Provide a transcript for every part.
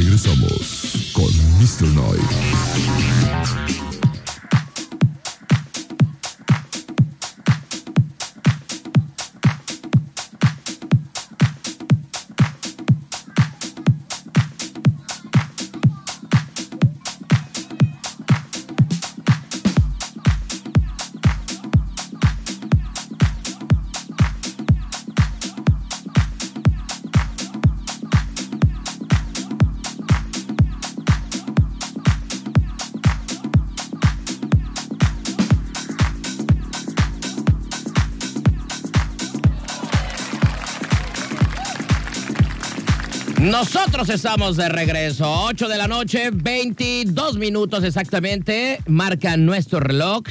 Regresamos con Mr. Night. Nosotros estamos de regreso, 8 de la noche, 22 minutos exactamente, marca nuestro reloj.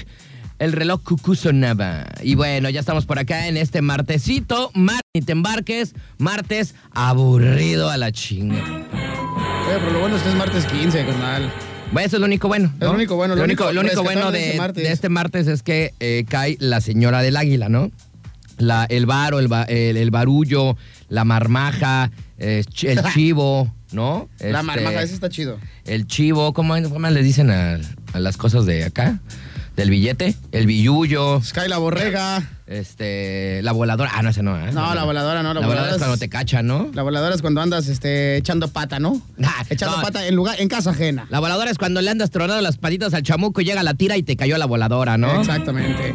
El reloj cucú sonaba. Y bueno, ya estamos por acá en este martesito. Mar ni te embarques, martes aburrido a la chinga. Oye, pero lo bueno es que es martes 15, carnal. Bueno, eso es lo único bueno. Es lo único bueno. Lo único, lo único bueno de, de este martes es que eh, cae la señora del águila, ¿no? La, el varo, el, ba- el, el barullo, la marmaja, eh, chi- el chivo, ¿no? La Este, marmaja, ese está chido. El chivo, ¿cómo, cómo le dicen a, a las cosas de acá? Del billete, el billullo, Sky la borrega. este, la voladora. Ah, no, esa no. ¿eh? No, la voladora no, La, voladora la voladora es cuando es- te cachan, ¿no? La voladora es cuando andas este, echando pata, ¿no? Ah, Echando no. pata en lugar, en casa ajena. La voladora es cuando le andas tronando las patitas al chamuco y llega la tira y te cayó la voladora, ¿no? Exactamente.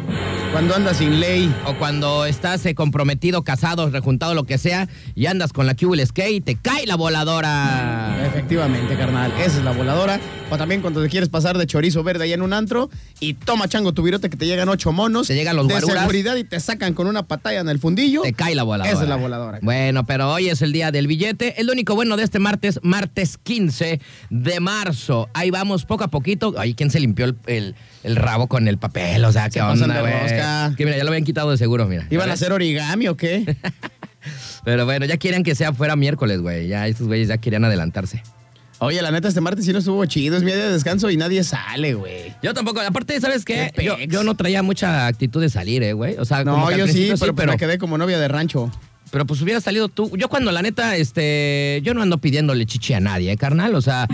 Cuando andas sin ley. O cuando estás eh, comprometido, casado, rejuntado, lo que sea, y andas con la Cubel Skate y te cae la voladora. Efectivamente, carnal. Esa es la voladora. O también cuando te quieres pasar de chorizo verde allá en un antro y toma chango tu virote que te llegan ocho monos. Te llegan los de guaruras. seguridad y te sacan con una patalla en el fundillo. Te cae la voladora. Esa es la voladora. Bueno, pero hoy es el día del billete. Es lo único bueno de este martes, martes 15 de marzo. Ahí vamos poco a poquito. Ay, ¿quién se limpió el, el- el rabo con el papel? O sea, ¿qué Se pasan onda, de güey? rosca. Que mira, ya lo habían quitado de seguro, mira. ¿Iban ¿Ya a ves? hacer origami o qué? Pero bueno, ya quieren que sea fuera miércoles, güey. Ya estos güeyes ya querían adelantarse. Oye, la neta, este martes sí no estuvo chido. Es mi día de descanso y nadie sale, güey. Yo tampoco, aparte, ¿sabes qué? Qué yo, pex. yo no traía mucha actitud de salir, eh, güey. O sea, como No, que al yo sí, principio pero, pues me pero, quedé como novia de rancho. pero pues hubiera salido tú. Yo cuando la neta, este, yo no ando pidiéndole chichi a nadie, eh, carnal. O sea,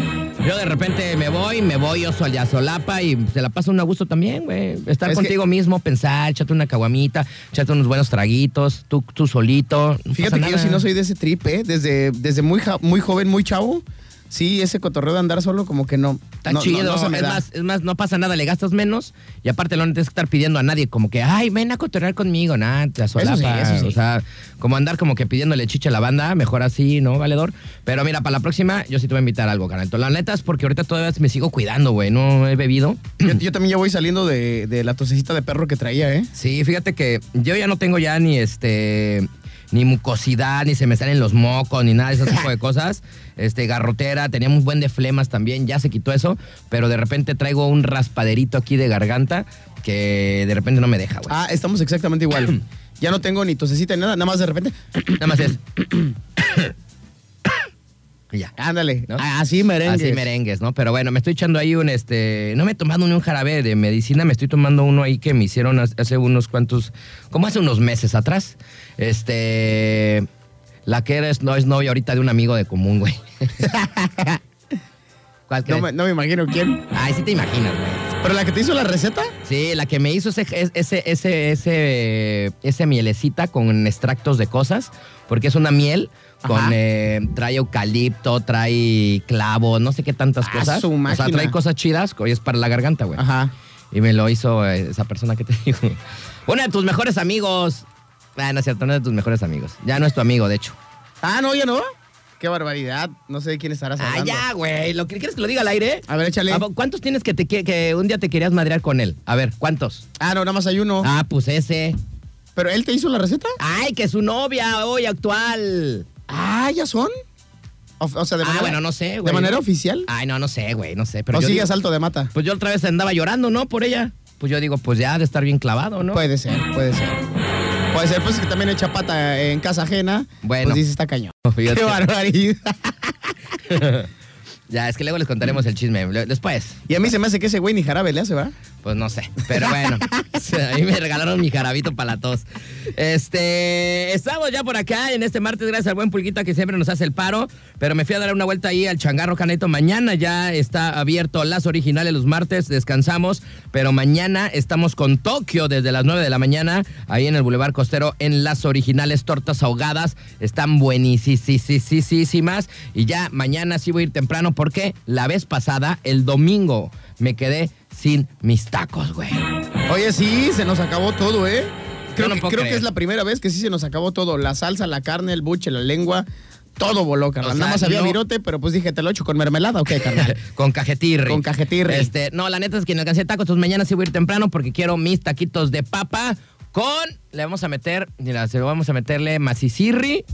yo de repente me voy, me voy yo sol a solapa y se la pasa un a gusto también, güey. Estar Es que- contigo mismo, pensar, echarte una caguamita, echarte unos buenos traguitos, tú, tú solito. no Fíjate pasa que yo nada. sí no soy de ese trip, ¿eh? Desde, desde muy, ja- muy joven, muy chavo. Sí, ese cotorreo de andar solo como que no. Está no- no- chido, no se me es, da. más, es más, no pasa nada, le gastas menos y aparte no le tienes que estar pidiendo a nadie como que, ay, ven a cotorrear conmigo, nada, te asolapa. Eso sí, eso sí. O sea, como andar como que pidiéndole chicha a la banda, mejor así, ¿no, valedor? Pero mira, para la próxima yo sí te voy a invitar algo, carnal. La neta es porque ahorita todavía me sigo cuidando, güey, no he bebido. Yo, yo también ya voy saliendo de, de la tosecita de perro que traía, ¿eh? Sí, fíjate que yo ya no tengo ya ni este ni mucosidad, ni se me salen los mocos, ni nada de ese tipo de cosas. Este, garrotera, tenía un buen de flemas también, ya se quitó eso, pero de repente traigo un raspaderito aquí de garganta que de repente no me deja, güey. Ah, estamos exactamente igual. ya no tengo ni tosecita ni nada, nada más de repente. Nada más es. y ya. Ándale. ¿No? Ah, Así merengue. Así merengues, ¿no? Pero bueno, me estoy echando ahí un, este, no me he tomado ni un jarabe de medicina, me estoy tomando uno ahí que me hicieron hace- hace unos cuantos, como hace unos meses atrás. Este, la que eres, no es novia ahorita de un amigo de común, güey. ¿Cuál No crees? me, no me imagino quién. Ay, sí te imaginas, güey. Pero la que te hizo la receta, Sí, la que me hizo ese, ese, ese, ese, ese mielecita con extractos de cosas, porque es una miel con Ajá. eh, trae eucalipto, trae clavo, no sé qué tantas Ah, cosas. su o sea, máquina. trae cosas chidas y es para la garganta, güey. Ajá. Y me lo hizo eh, esa persona que te digo. Uno de tus mejores amigos. Ah, no es cierto, no es de tus mejores amigos. Ya no es tu amigo, de hecho. Ah, no, ya no. Qué barbaridad. No sé de quién estarás Ah, hablando. ya, güey. ¿Lo que quieres que lo diga al aire? A ver, échale. Ah, ¿Cuántos tienes que, te, que- que un día te querías madrear con él? A ver, ¿cuántos? Ah, no, nada más hay uno. Ah, pues ese. ¿Pero él te hizo la receta? Ay, que su novia hoy actual. Ah, ¿ya son? O, o sea, de Ah, manera... bueno, no sé, güey. ¿De manera oficial? Ay, no, no sé, güey, no sé. Pero ¿O yo sigue digo- a salto de mata? Pues yo otra vez andaba llorando, ¿no? Por ella. Pues yo digo, pues ya ha de estar bien clavado, ¿no? Puede ser, puede ser. Puede ser, pues que también echa pata en casa ajena. Bueno. Pues dice, está cañón. Fíjate. Qué barbaridad. Ya, es que luego les contaremos el chisme. le- Después. Y a mí se me hace que ese güey ni jarabe le hace, ¿verdad? Pues no sé, pero bueno, a mí me regalaron mi jarabito para la tos. Este, estamos ya por acá en este martes, gracias al buen Pulguita que siempre nos hace el paro, pero me fui a dar una vuelta ahí al changarro caneto. Mañana ya está abierto las originales los martes, descansamos, pero mañana estamos con Tokio desde las 9 de la mañana, ahí en el Boulevard Costero, en las originales tortas ahogadas. Están buenísimas. Y ya mañana sí voy a ir temprano porque la vez pasada, el domingo, me quedé sin mis tacos, güey. Oye, sí, se nos acabó todo, ¿eh? Creo, no que, puedo creo creer. que es la primera vez que sí se nos acabó todo. La salsa, la carne, el buche, la lengua, todo voló, carnal. O sea, Nada más había no- virote, pero pues dije, ¿te lo echo con mermelada o qué, carnal? Con cajetirri. Con cajetirri. Este, no, la neta es que no alcancé tacos, entonces mañana sí voy a ir temprano porque quiero mis taquitos de papa con. Le vamos a meter. Mira, se lo vamos a meterle macicirri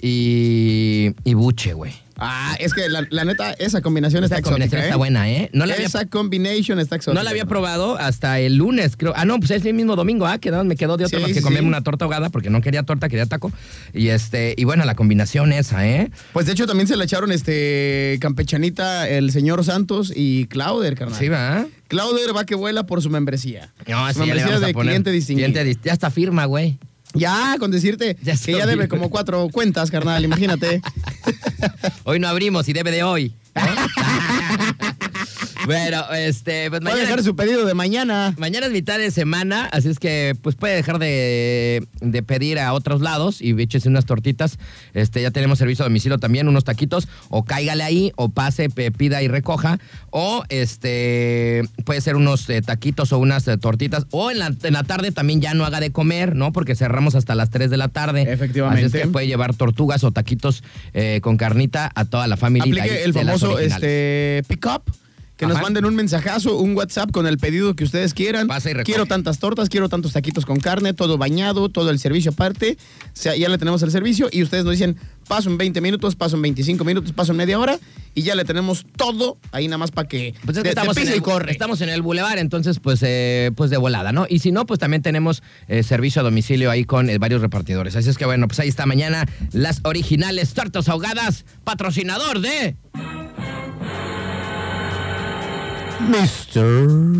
y. y buche, güey. ah, es que la, la neta, esa combinación Esta está combinación exótica, está ¿eh? buena, ¿eh? No la había esa combination está exótica. No la había carnal. probado hasta el lunes, creo. Ah, no, pues es el mismo domingo, ah, que nada más me quedó de otra Sí, más que sí, comerme sí. una torta ahogada porque no quería torta, quería taco. Y este, y bueno, la combinación esa, ¿eh? Pues de hecho también se la echaron este campechanita el señor Santos y Clauder, carnal. Sí, va. Clauder va que vuela por su membresía. No, su sí, ya le membresía vamos a de poner. cliente distinguido. Cliente dis- ya está firma, güey. ya, con decirte Ya que ya estoy. debe como cuatro cuentas, carnal, imagínate. Hoy no abrimos y debe de hoy. ¿no? bueno, este, pues Va a mañana. dejar su pedido de mañana. Mañana es mitad de semana, así es que pues puede dejar de, de pedir a otros lados y échese unas tortitas. Este, ya tenemos servicio a domicilio también, unos taquitos, o cáigale ahí, o pase, pe- pida y recoja, o este puede ser unos eh, taquitos o unas eh, tortitas, o en la, en la tarde también ya no haga de comer, ¿no? Porque cerramos hasta las 3 de la tarde. Efectivamente. Así es que puede llevar tortugas o taquitos eh, con carnita a toda la familia. Aplique el famoso este pick up. Que nos Ajá. manden un mensajazo, un WhatsApp con el pedido que ustedes quieran. Pasa y recoge. quiero tantas tortas, quiero tantos taquitos con carne, todo bañado, todo el servicio aparte. O sea, ya le tenemos el servicio y ustedes nos dicen, paso en 20 minutos, paso en 25 minutos, paso en media hora y ya le tenemos todo ahí nada más para que Pues es que de- de estamos, en pisa el, y corre. estamos en el bulevar, entonces pues eh, pues de volada, ¿no? Y si no, pues también tenemos eh, servicio a domicilio ahí con eh, varios repartidores. Así es que bueno, pues ahí está mañana las originales tortas ahogadas, patrocinador de...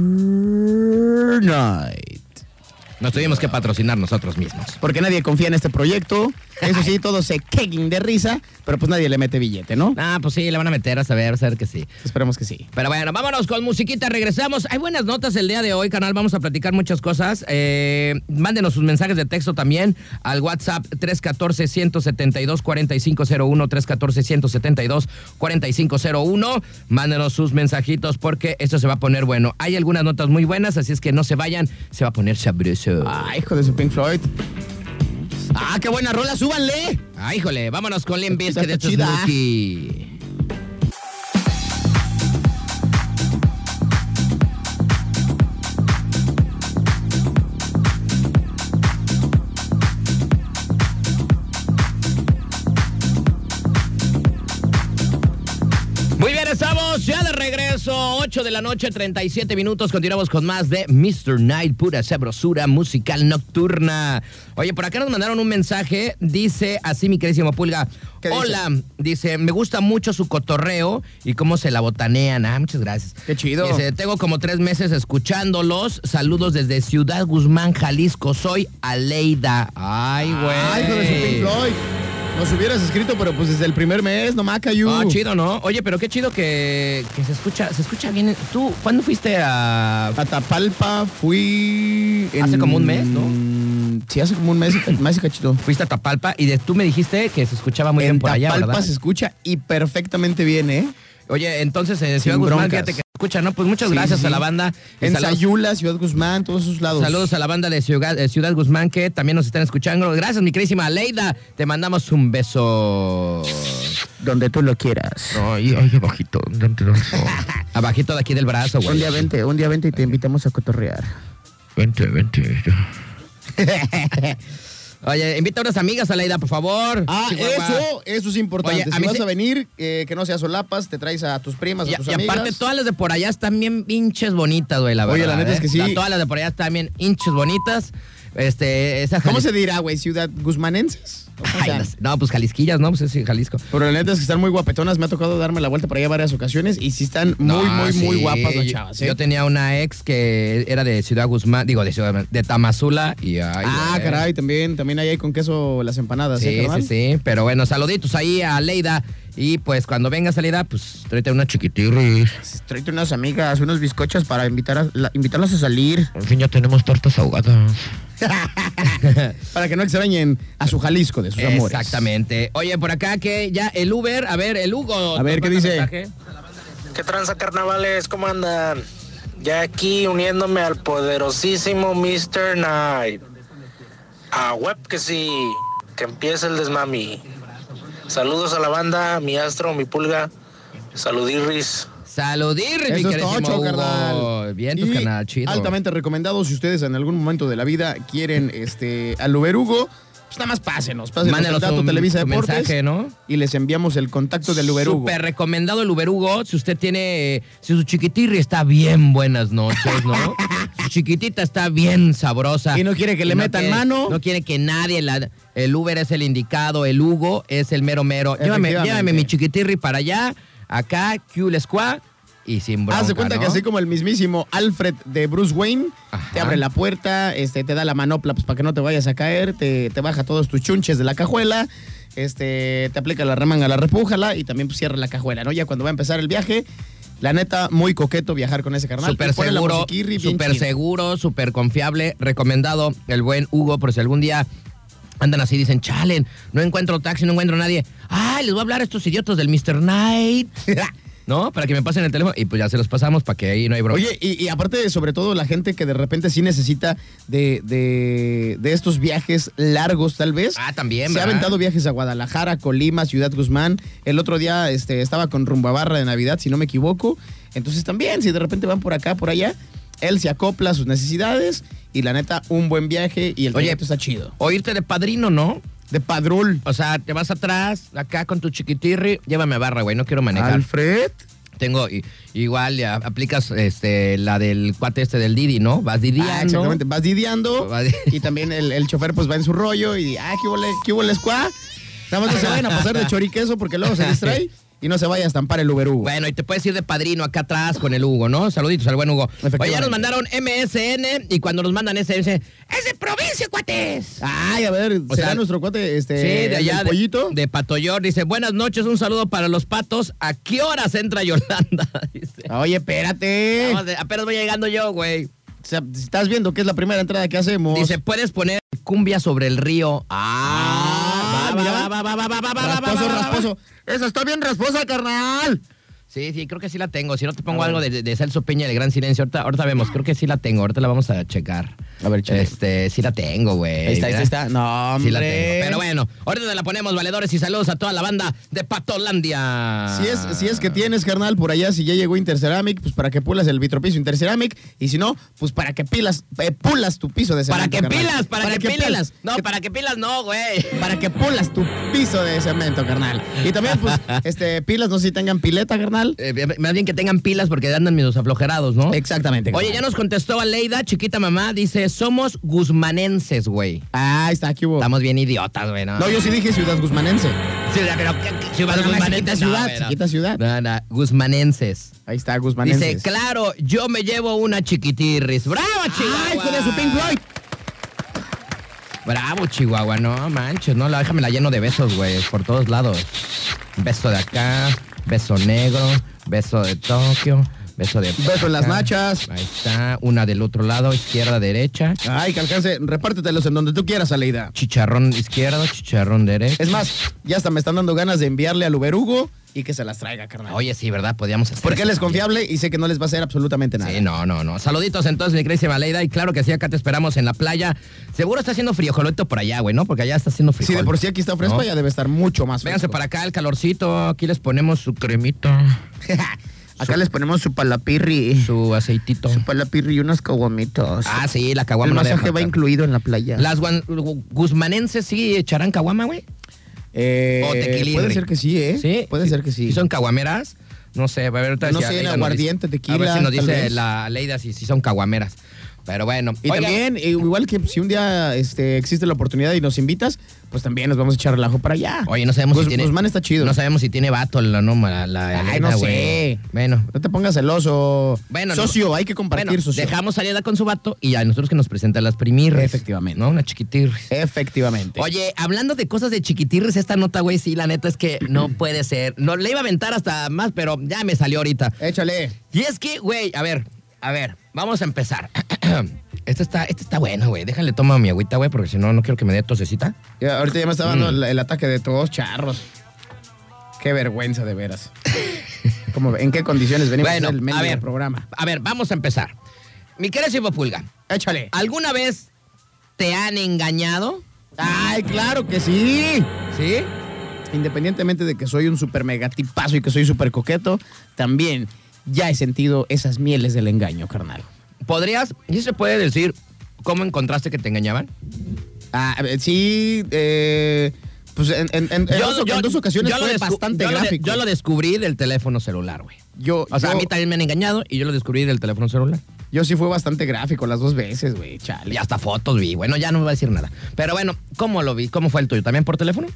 Mr. Night. Nos tuvimos que patrocinar nosotros mismos. Porque nadie confía en este proyecto. Eso sí, todos se queguen de risa, pero pues nadie le mete billete, ¿no? Ah, pues sí, le van a meter a saber, a saber que sí. Esperemos que sí. Pero bueno, vámonos con musiquita, regresamos. Hay buenas notas el día de hoy, canal. Vamos a platicar muchas cosas. Eh, mándenos sus mensajes de texto también al WhatsApp 314-172-4501, 314-172-4501. Mándenos sus mensajitos porque esto se va a poner bueno. Hay algunas notas muy buenas, así es que no se vayan, se va a poner sabroso. Ay, hijo de su Pink Floyd. Ah, qué buena rola, súbanle. Ah, híjole, vámonos con Limp Está Bizkit, de estos chida. Smokey. Muy bien, estamos ya de regreso, 8 de la noche, 37 minutos. Continuamos con más de Mr. Night, pura sabrosura musical nocturna. Oye, por acá nos mandaron un mensaje, dice así mi queridísimo Pulga. ¿Qué dice? Hola, dice, me gusta mucho su cotorreo y cómo se la botanean. Ah, muchas gracias. Qué chido. Dice, tengo como tres meses escuchándolos. Saludos desde Ciudad Guzmán, Jalisco. Soy Aleida. Ay, güey. Ay, hijo de su Pink Floyd. Nos hubieras escrito, pero pues desde el primer mes, no maca, you. Ah, chido, ¿no? Oye, pero qué chido que, que se escucha, se escucha bien. ¿Tú cuándo fuiste a Atapalpa fui. en- Hace como un mes, ¿no? Sí, hace como un mes, más y cachito. fuiste a Tapalpa y de, tú me dijiste que se escuchaba muy bien en por allá, Tapalpa ¿verdad? se escucha y perfectamente bien, ¿eh? Oye, entonces en Ciudad Sin Guzmán, broncas. fíjate que se escucha, ¿no? Pues muchas Sí, gracias sí. a la banda. Y En saludos- Sayula, Ciudad Guzmán, todos esos lados. Saludos a la banda de Ciudad, eh, Ciudad Guzmán que también nos están escuchando. Gracias, mi querísima Leida. Te mandamos un beso. Donde tú lo quieras. Ay, ay, abajito. abajito de aquí del brazo, güey. vente, un día vente y te invitamos a cotorrear. Vente, vente. Oye, invita a unas amigas a Leida, por favor. Ah, Chihuahua. eso, eso es importante. Oye, a si mí vas se- a venir, eh, que no seas solapas, te traes a tus primas, a Y, tus y amigas. aparte, todas las de por allá están bien pinches bonitas, güey, la verdad. Oye, la neta es ¿eh? que sí. La- todas las de por allá están bien hinches bonitas. Este, esas ¿Cómo jali- se dirá, güey? ¿Ciudad Guzmanenses? O Ay, sea, no sé. no, pues Jalisquillas, ¿no? Pues es en Jalisco. pero la neta es que están muy guapetonas. Me ha tocado darme la vuelta por allá varias ocasiones y sí están muy, No, muy, muy sí. guapas las Yo- chavas. ¿eh? Yo tenía una ex que era de Ciudad Guzmán, digo, de Ciudad de Tamazula y ay, ah, güey. caray, también, también hay ahí con queso las empanadas. ¿eh, eh. Sí, carnal? sí, sí. Pero bueno, saluditos ahí a Leida. Y pues cuando vengas a Leida, pues tráete una chiquitirris. Tráete unas amigas, unos bizcochos para invitar a- la- invitarlas a salir. Por fin ya tenemos tortas ahogadas. Para que no extrañen a su Jalisco de sus amores. Exactamente. Oye, por acá que ya el Uber, a ver, el Hugo. A ver, ¿qué ¿nos manda mensaje? dice? ¿Qué tranza carnavales? ¿Cómo andan? Ya aquí uniéndome al poderosísimo Mr. Knight. A web que sí. Que empiece el desmami. Saludos a la banda, mi astro, mi pulga. Saludirris. Saludirris, mi Eso es queridísimo tocho, Hugo. carnal. Bien, tu Y canal, chido. Altamente recomendado si ustedes en algún momento de la vida quieren este, al Uber Hugo, pues nada más pásenos. Pásenos Mándenos el dato un- Televisa un Deportes mensaje, ¿no? y les enviamos el contacto del Uber Hugo. Súper recomendado el Uberugo. Si usted tiene. eh, Si su chiquitirri está bien, buenas noches, ¿no? su chiquitita está bien sabrosa. Y no quiere que le metan quiere- mano. No quiere que nadie. La, el Uber es el indicado, el Hugo es el mero mero. Llévame, Efectivamente. llévame mi chiquitirri para allá, acá, Q Squad y sin bronca. Haz de cuenta ¿no? que así como el mismísimo Alfred de Bruce Wayne, Ajá. te abre la puerta, este, te da la manopla pues, para que no te vayas a caer, te, te baja todos tus chunches de la cajuela, este, te aplica la remanga, la repújala y también pues, cierra la cajuela, ¿no? Ya cuando va a empezar el viaje, la neta, muy coqueto viajar con ese carnal. Súper Y pone la seguro, musiquirri bien súper chida. seguro, súper confiable. Recomendado el buen Hugo por si algún día andan así, dicen, chalen, no encuentro taxi, no encuentro nadie. Ay, les voy a hablar a estos idiotas del Mr. Knight. ¿No? Para que me pasen el teléfono. Y pues ya se los pasamos para que ahí no hay broma. Oye, y, y aparte, sobre todo, la gente que de repente sí necesita de, de- de estos viajes largos, tal vez. Ah, también, Se ha ¿verdad? aventado viajes a Guadalajara, Colima, Ciudad Guzmán. El otro día este, estaba con Rumbo a Barra de Navidad, si no me equivoco. Entonces, también, si de repente van por acá, por allá, él se acopla a sus necesidades y la neta, un buen viaje y el Oye, trayecto está chido. O irte de padrino, ¿no? De Padrul. O sea, te vas atrás, acá con tu chiquitirri, llévame a barra, güey, no quiero manejar. Alfred. Ah, Tengo, i- igual, ya aplicas este, la del cuate este del Didi, ¿no? Vas didiando. Ah, exactamente, vas didiando Va di- y también el, el chofer pues va en su rollo y ah, qué huele, qué huele squad. Nada más no se vayan a pasar de choriqueso porque luego se distrae y no se vaya a estampar el Uber Hugo. Bueno, y te puedes ir de padrino acá atrás con el Hugo, ¿no? Saluditos al buen Hugo. Oye, ya Efectivamente. nos mandaron MSN y cuando nos mandan ese, dice, ¡es de provincia, cuates! Ay, a ver, O será sea, nuestro cuate este Sí, de Ah, el del allá, de, pollito. de Patoyor. Dice, buenas noches, un saludo para los patos. ¿A qué horas entra Yolanda? Dice. Oye, espérate. Vamos, apenas voy llegando yo, güey. O sea, estás viendo que es la primera entrada que hacemos. Dice, ¿puedes poner cumbia sobre el río? Ah, Ah, va, mira. va, va, va, va, va, va, va, va, rasposo, va, va, va. rasposo. Esa está bien rasposa, carnal. Sí, sí, creo que sí la tengo. Si no te pongo A ver. algo de, de Celso Peña de Gran Silencio, ahorita, ahorita vemos. Creo que sí la tengo. Ahorita la vamos a checar. A ver, checa. Este, sí la tengo, güey. Ahí está, ahí Mira. está. No, Sí la hombre. tengo. Pero bueno, ahorita te la ponemos, valedores, y saludos a toda la banda de Patolandia. Si es, si es que tienes, carnal, por allá, si ya llegó Interceramic, pues para que pulas el vitropiso Interceramic. Y si no, pues para que pilas, eh, pulas tu piso de Para cemento. que carnal. pilas, para, que, pilas. No, que- para que pilas no, güey. Para que pulas tu piso de cemento, carnal. Y también, pues, este, pilas, no sé si tengan pileta, carnal. Eh, más bien que tengan pilas porque andan medio aflojerados, ¿no? Exactamente, carnal. Oye, ya nos contestó Aleida, chiquita mamá, dice, somos guzmanenses, güey. Ah, ahí está, aquí hubo. Estamos bien idiotas, güey, ¿no? No, yo sí dije ciudad guzmanense. Ciudad, pero ¿qué- qué- ciudad Pero nomás guzmanense? chiquita ciudad, güey, chiquita ciudad. No, no, guzmanenses. Ahí está, Dice, guzmanense. claro, yo me llevo una chiquitirris. ¡Bravo, Chihuahua! ¡Ay, hijo de su Pink Floyd! Bravo, Chihuahua, no manches, no, la, déjame la lleno de besos, güey, por todos lados. Beso de acá, beso negro, beso de Tokio, beso de. Beso en las acá. nachas. Ahí está, una del otro lado, izquierda, derecha. Ay, que alcance, repártetelos en donde tú quieras, Aleida. Chicharrón izquierdo, chicharrón derecho. Es más, ya hasta me están dando ganas de enviarle al Uberugo y que se las traiga, carnal. Oye, sí, ¿verdad? Podíamos hacer. Porque él eso es también. confiable y sé que no les va a hacer absolutamente nada. Sí, no, no, no. Saluditos entonces, mi queridísima Leida. Y claro que sí, acá te esperamos en la playa. Seguro está haciendo friojolito por allá, güey, ¿no? Porque allá está haciendo frijol. Si de por sí aquí está fresco, No. ya debe estar mucho más fresco. Vénganse para acá, el calorcito. Aquí les ponemos su cremita, Acá les ponemos su palapirri. su aceitito. palapirri y unos caguamitos. Ah, sí, la caguama. no debe faltar. incluido en la playa. ¿Las guan- gu- guzmanenses sí echarán caguama, güey? Eh, O tequilirri. Puede ser que sí, ¿eh? Puede ser que sí. ¿Y son caguameras? No sé, va a ver ahorita No si sé, Aleida en nos dice- aguardiente, tequila, A ver si nos tal dice vez. la Leida si, si son caguameras. Pero bueno. Y Oigan, también, eh, igual que si un día este, existe la oportunidad y nos invitas, pues también nos vamos a echar relajo para allá. Oye, no sabemos si Guz- tiene. Guzmán está chido. No sabemos si tiene vato la no, la, la Ay, Elena, no sé. güey. Bueno. No te pongas celoso. Bueno, socio, no- hay que compartir bueno, socio. Dejamos a Elena con su vato y a nosotros que nos presenta las primirres. Efectivamente. ¿No? Una chiquitirris. Efectivamente. Oye, hablando de cosas de chiquitirris, esta nota, güey, sí, la neta es que no puede ser. No, le iba a aventar hasta más, pero ya me salió ahorita. Échale. Y es que, güey, a ver, a ver, vamos a empezar. Esta está, esta está buena, güey. Déjale toma mi agüita, güey, porque si no, no quiero que me dé tosecita. Ya, ahorita ya me estaba Mm. dando el, el ataque de todos charros. Qué vergüenza, de veras. Como, ¿En qué condiciones venimos Bueno, del a ver, del programa? a ver, vamos a empezar. Mi querido Pulga, Échale. ¿alguna vez te han engañado? ¡Ay, claro que sí! ¿Sí? Independientemente de que soy un super megatipazo y que soy súper coqueto, también ya he sentido esas mieles del engaño, carnal. ¿Podrías, y se puede decir, cómo encontraste que te engañaban? Ah, a ver, sí, eh, pues en, en- en- en dos, en dos ocasiones yo lo fue descu- bastante yo lo de- gráfico. yo lo descubrí del teléfono celular, güey. Yo- O sea, yo- a mí también me han engañado y yo lo descubrí del teléfono celular. Yo sí fue bastante gráfico las dos veces, güey, chale. Y hasta fotos vi. Bueno, ya no me va a decir nada. Pero bueno, ¿cómo lo vi? ¿Cómo fue el tuyo? ¿También por teléfono?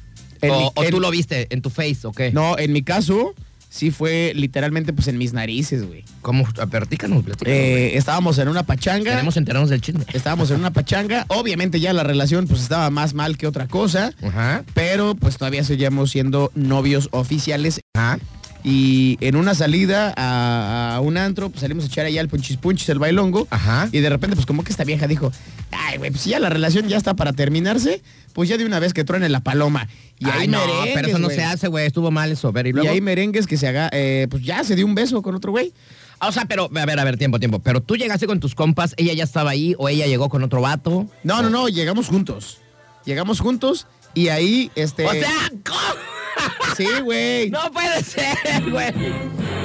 En ¿O, mi- o en- tú lo viste en tu face o qué? No, en mi caso, sí fue literalmente pues en mis narices, güey. ¿Cómo? Ah, Platícanos, platícanos. Eh, estábamos en una pachanga. Queremos enterarnos del chisme. Estábamos en una pachanga. Obviamente ya la relación pues estaba más mal que otra cosa. Ajá. Pero pues todavía seguíamos siendo novios oficiales. Ajá. Y en una salida a, a un antro, pues salimos a echar allá el punchis punchis, el bailongo. Ajá. Y de repente, pues como que esta vieja dijo, ay, güey, pues si ya la relación ya está para terminarse, pues ya de una vez que truene la paloma. Y Ay, ahí no, merengues, pero eso no güey. se hace, güey. Estuvo mal eso. A ver, y Y, luego. hay merengues que se haga, eh, pues ya se dio un beso con otro güey. Ah, O sea, pero, a ver, a ver, tiempo, tiempo. Pero tú llegaste con tus compas, ella ya estaba ahí o ella llegó con otro vato. No, no, no, llegamos juntos. Llegamos juntos y ahí, este... O sea, ¿cómo? Sí, güey. No puede ser, güey.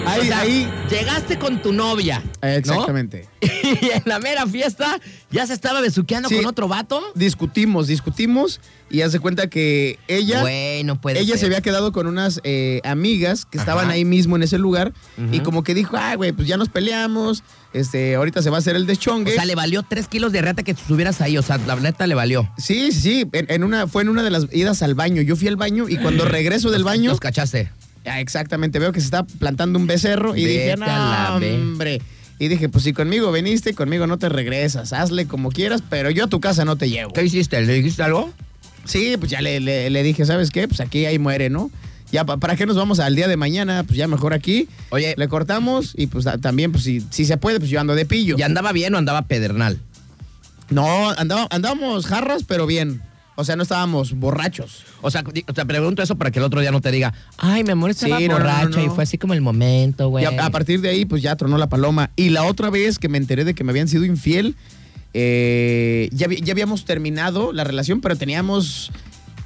Ahí- o sea, ahí- Llegaste con tu novia. ¿no? Exactamente. Y en la mera fiesta ya se estaba besuqueando Sí. con otro vato. Discutimos, discutimos y hace cuenta que ella... Güey, no puede Ella ser. se había quedado con unas eh, amigas que Ajá. estaban ahí mismo en ese lugar y Ujú. como que dijo, ay, güey, pues ya nos peleamos, este, ahorita se va a hacer el O deschongue. sea, le valió tres kilos de rata que te subieras ahí. O sea, la neta le valió. Sí, sí, sí, en, en una, fue en una de las idas al baño. Yo fui al baño y cuando regreso del baño, Los cachaste. ah, exactamente, veo que se está plantando un becerro y Vete dije, a la no, ve". hombre. Y dije, pues si conmigo viniste, conmigo no te regresas, hazle como quieras, pero yo a tu casa no te llevo. ¿Qué hiciste? ¿Le dijiste algo? Sí, pues ya le, le- le dije, ¿sabes qué? Pues aquí ahí muere, ¿no? Ya, pa- ¿para qué nos vamos al día de mañana? Pues ya mejor aquí. Oye. Le cortamos y pues ta- también, pues si, si se puede, pues yo ando de pillo. ¿Y andaba bien o andaba pedernal? No, andaba- andábamos jarras, pero bien. O sea, no estábamos borrachos. O sea, di- te pregunto eso para que el otro día no te diga, ay, mi amor, estaba Sí, no, no, borracha no, no. y fue así como el momento, Y güey. a, a partir de ahí, pues ya tronó la paloma. Y la otra vez que me enteré de que me habían sido infiel, eh, ya, vi- ya habíamos terminado la relación, pero teníamos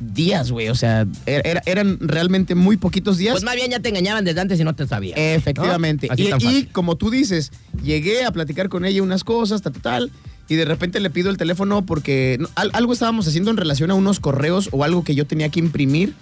días, güey. O sea, era- era- eran realmente muy poquitos días. Pues más bien ya te engañaban desde antes y no te sabías. Efectivamente. ¿No? Así Y, tan y fácil. como tú dices, llegué a platicar con ella unas cosas, tal, tal, tal, y de repente le pido el teléfono porque no- al- algo estábamos haciendo en relación a unos correos o algo que yo tenía que imprimir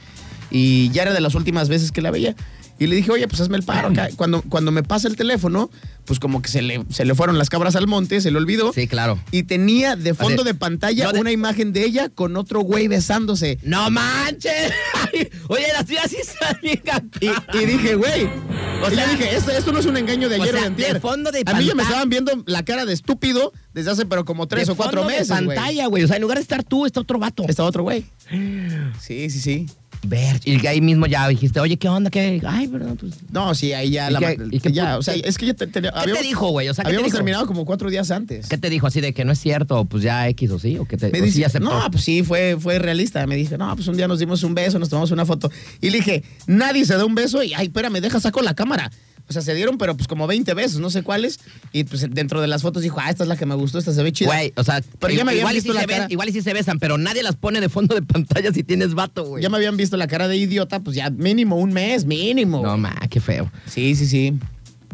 y ya era de las últimas veces que la veía. Y le dije, oye, pues hazme el paro. ca- Cuando, cuando me pasa el teléfono, pues como que se le, se le fueron las cabras al monte, se le olvidó. Sí, claro. Y tenía de fondo Así- de pantalla yo de- una imagen de ella con otro güey besándose. ¡No manches! Ay, Oye, las tías sí salen Y, y dije, güey. O O sea, sea- dije, esto, esto no es un engaño de O ayer o sea, de antier. de fondo de A mí ya me pantalla- estaban viendo la cara de estúpido desde hace pero como tres o cuatro meses, En güey. pantalla, güey. O sea, en lugar de estar tú, está otro vato. Está otro güey. Sí, sí, sí. Ver, y ahí mismo ya dijiste, oye, ¿qué onda? ¿Qué? Ay, perdón. Pues, No, sí, ahí ya ¿Y la qué- ma- y qué ya, pu- o sea, es que ya te, te- ¿Qué te dijo, güey? O sea, ¿qué te habíamos dijo? terminado como cuatro días antes. ¿Qué te dijo así de que no es cierto? o Pues ya X o sí, o que te me o sí dice, aceptó? no, pues sí, fue, fue realista. Me dice, no, pues un día nos dimos un beso, nos tomamos una foto. Y le dije, nadie se da un beso y, ay, espérame, deja, saco la cámara. O sea, se dieron, pero pues como 20 besos, no sé cuáles. Y pues dentro de las fotos dijo, ah, esta es la que me gustó, esta se ve chida. Güey, o sea, Pero ya me habían igual, y visto sí la se ven, cara. igual y sí se besan, pero nadie las pone de fondo de pantalla si tienes vato, güey. Ya me habían visto la cara de idiota, pues ya mínimo un mes, mínimo. No, ma, qué feo. Sí, sí, sí.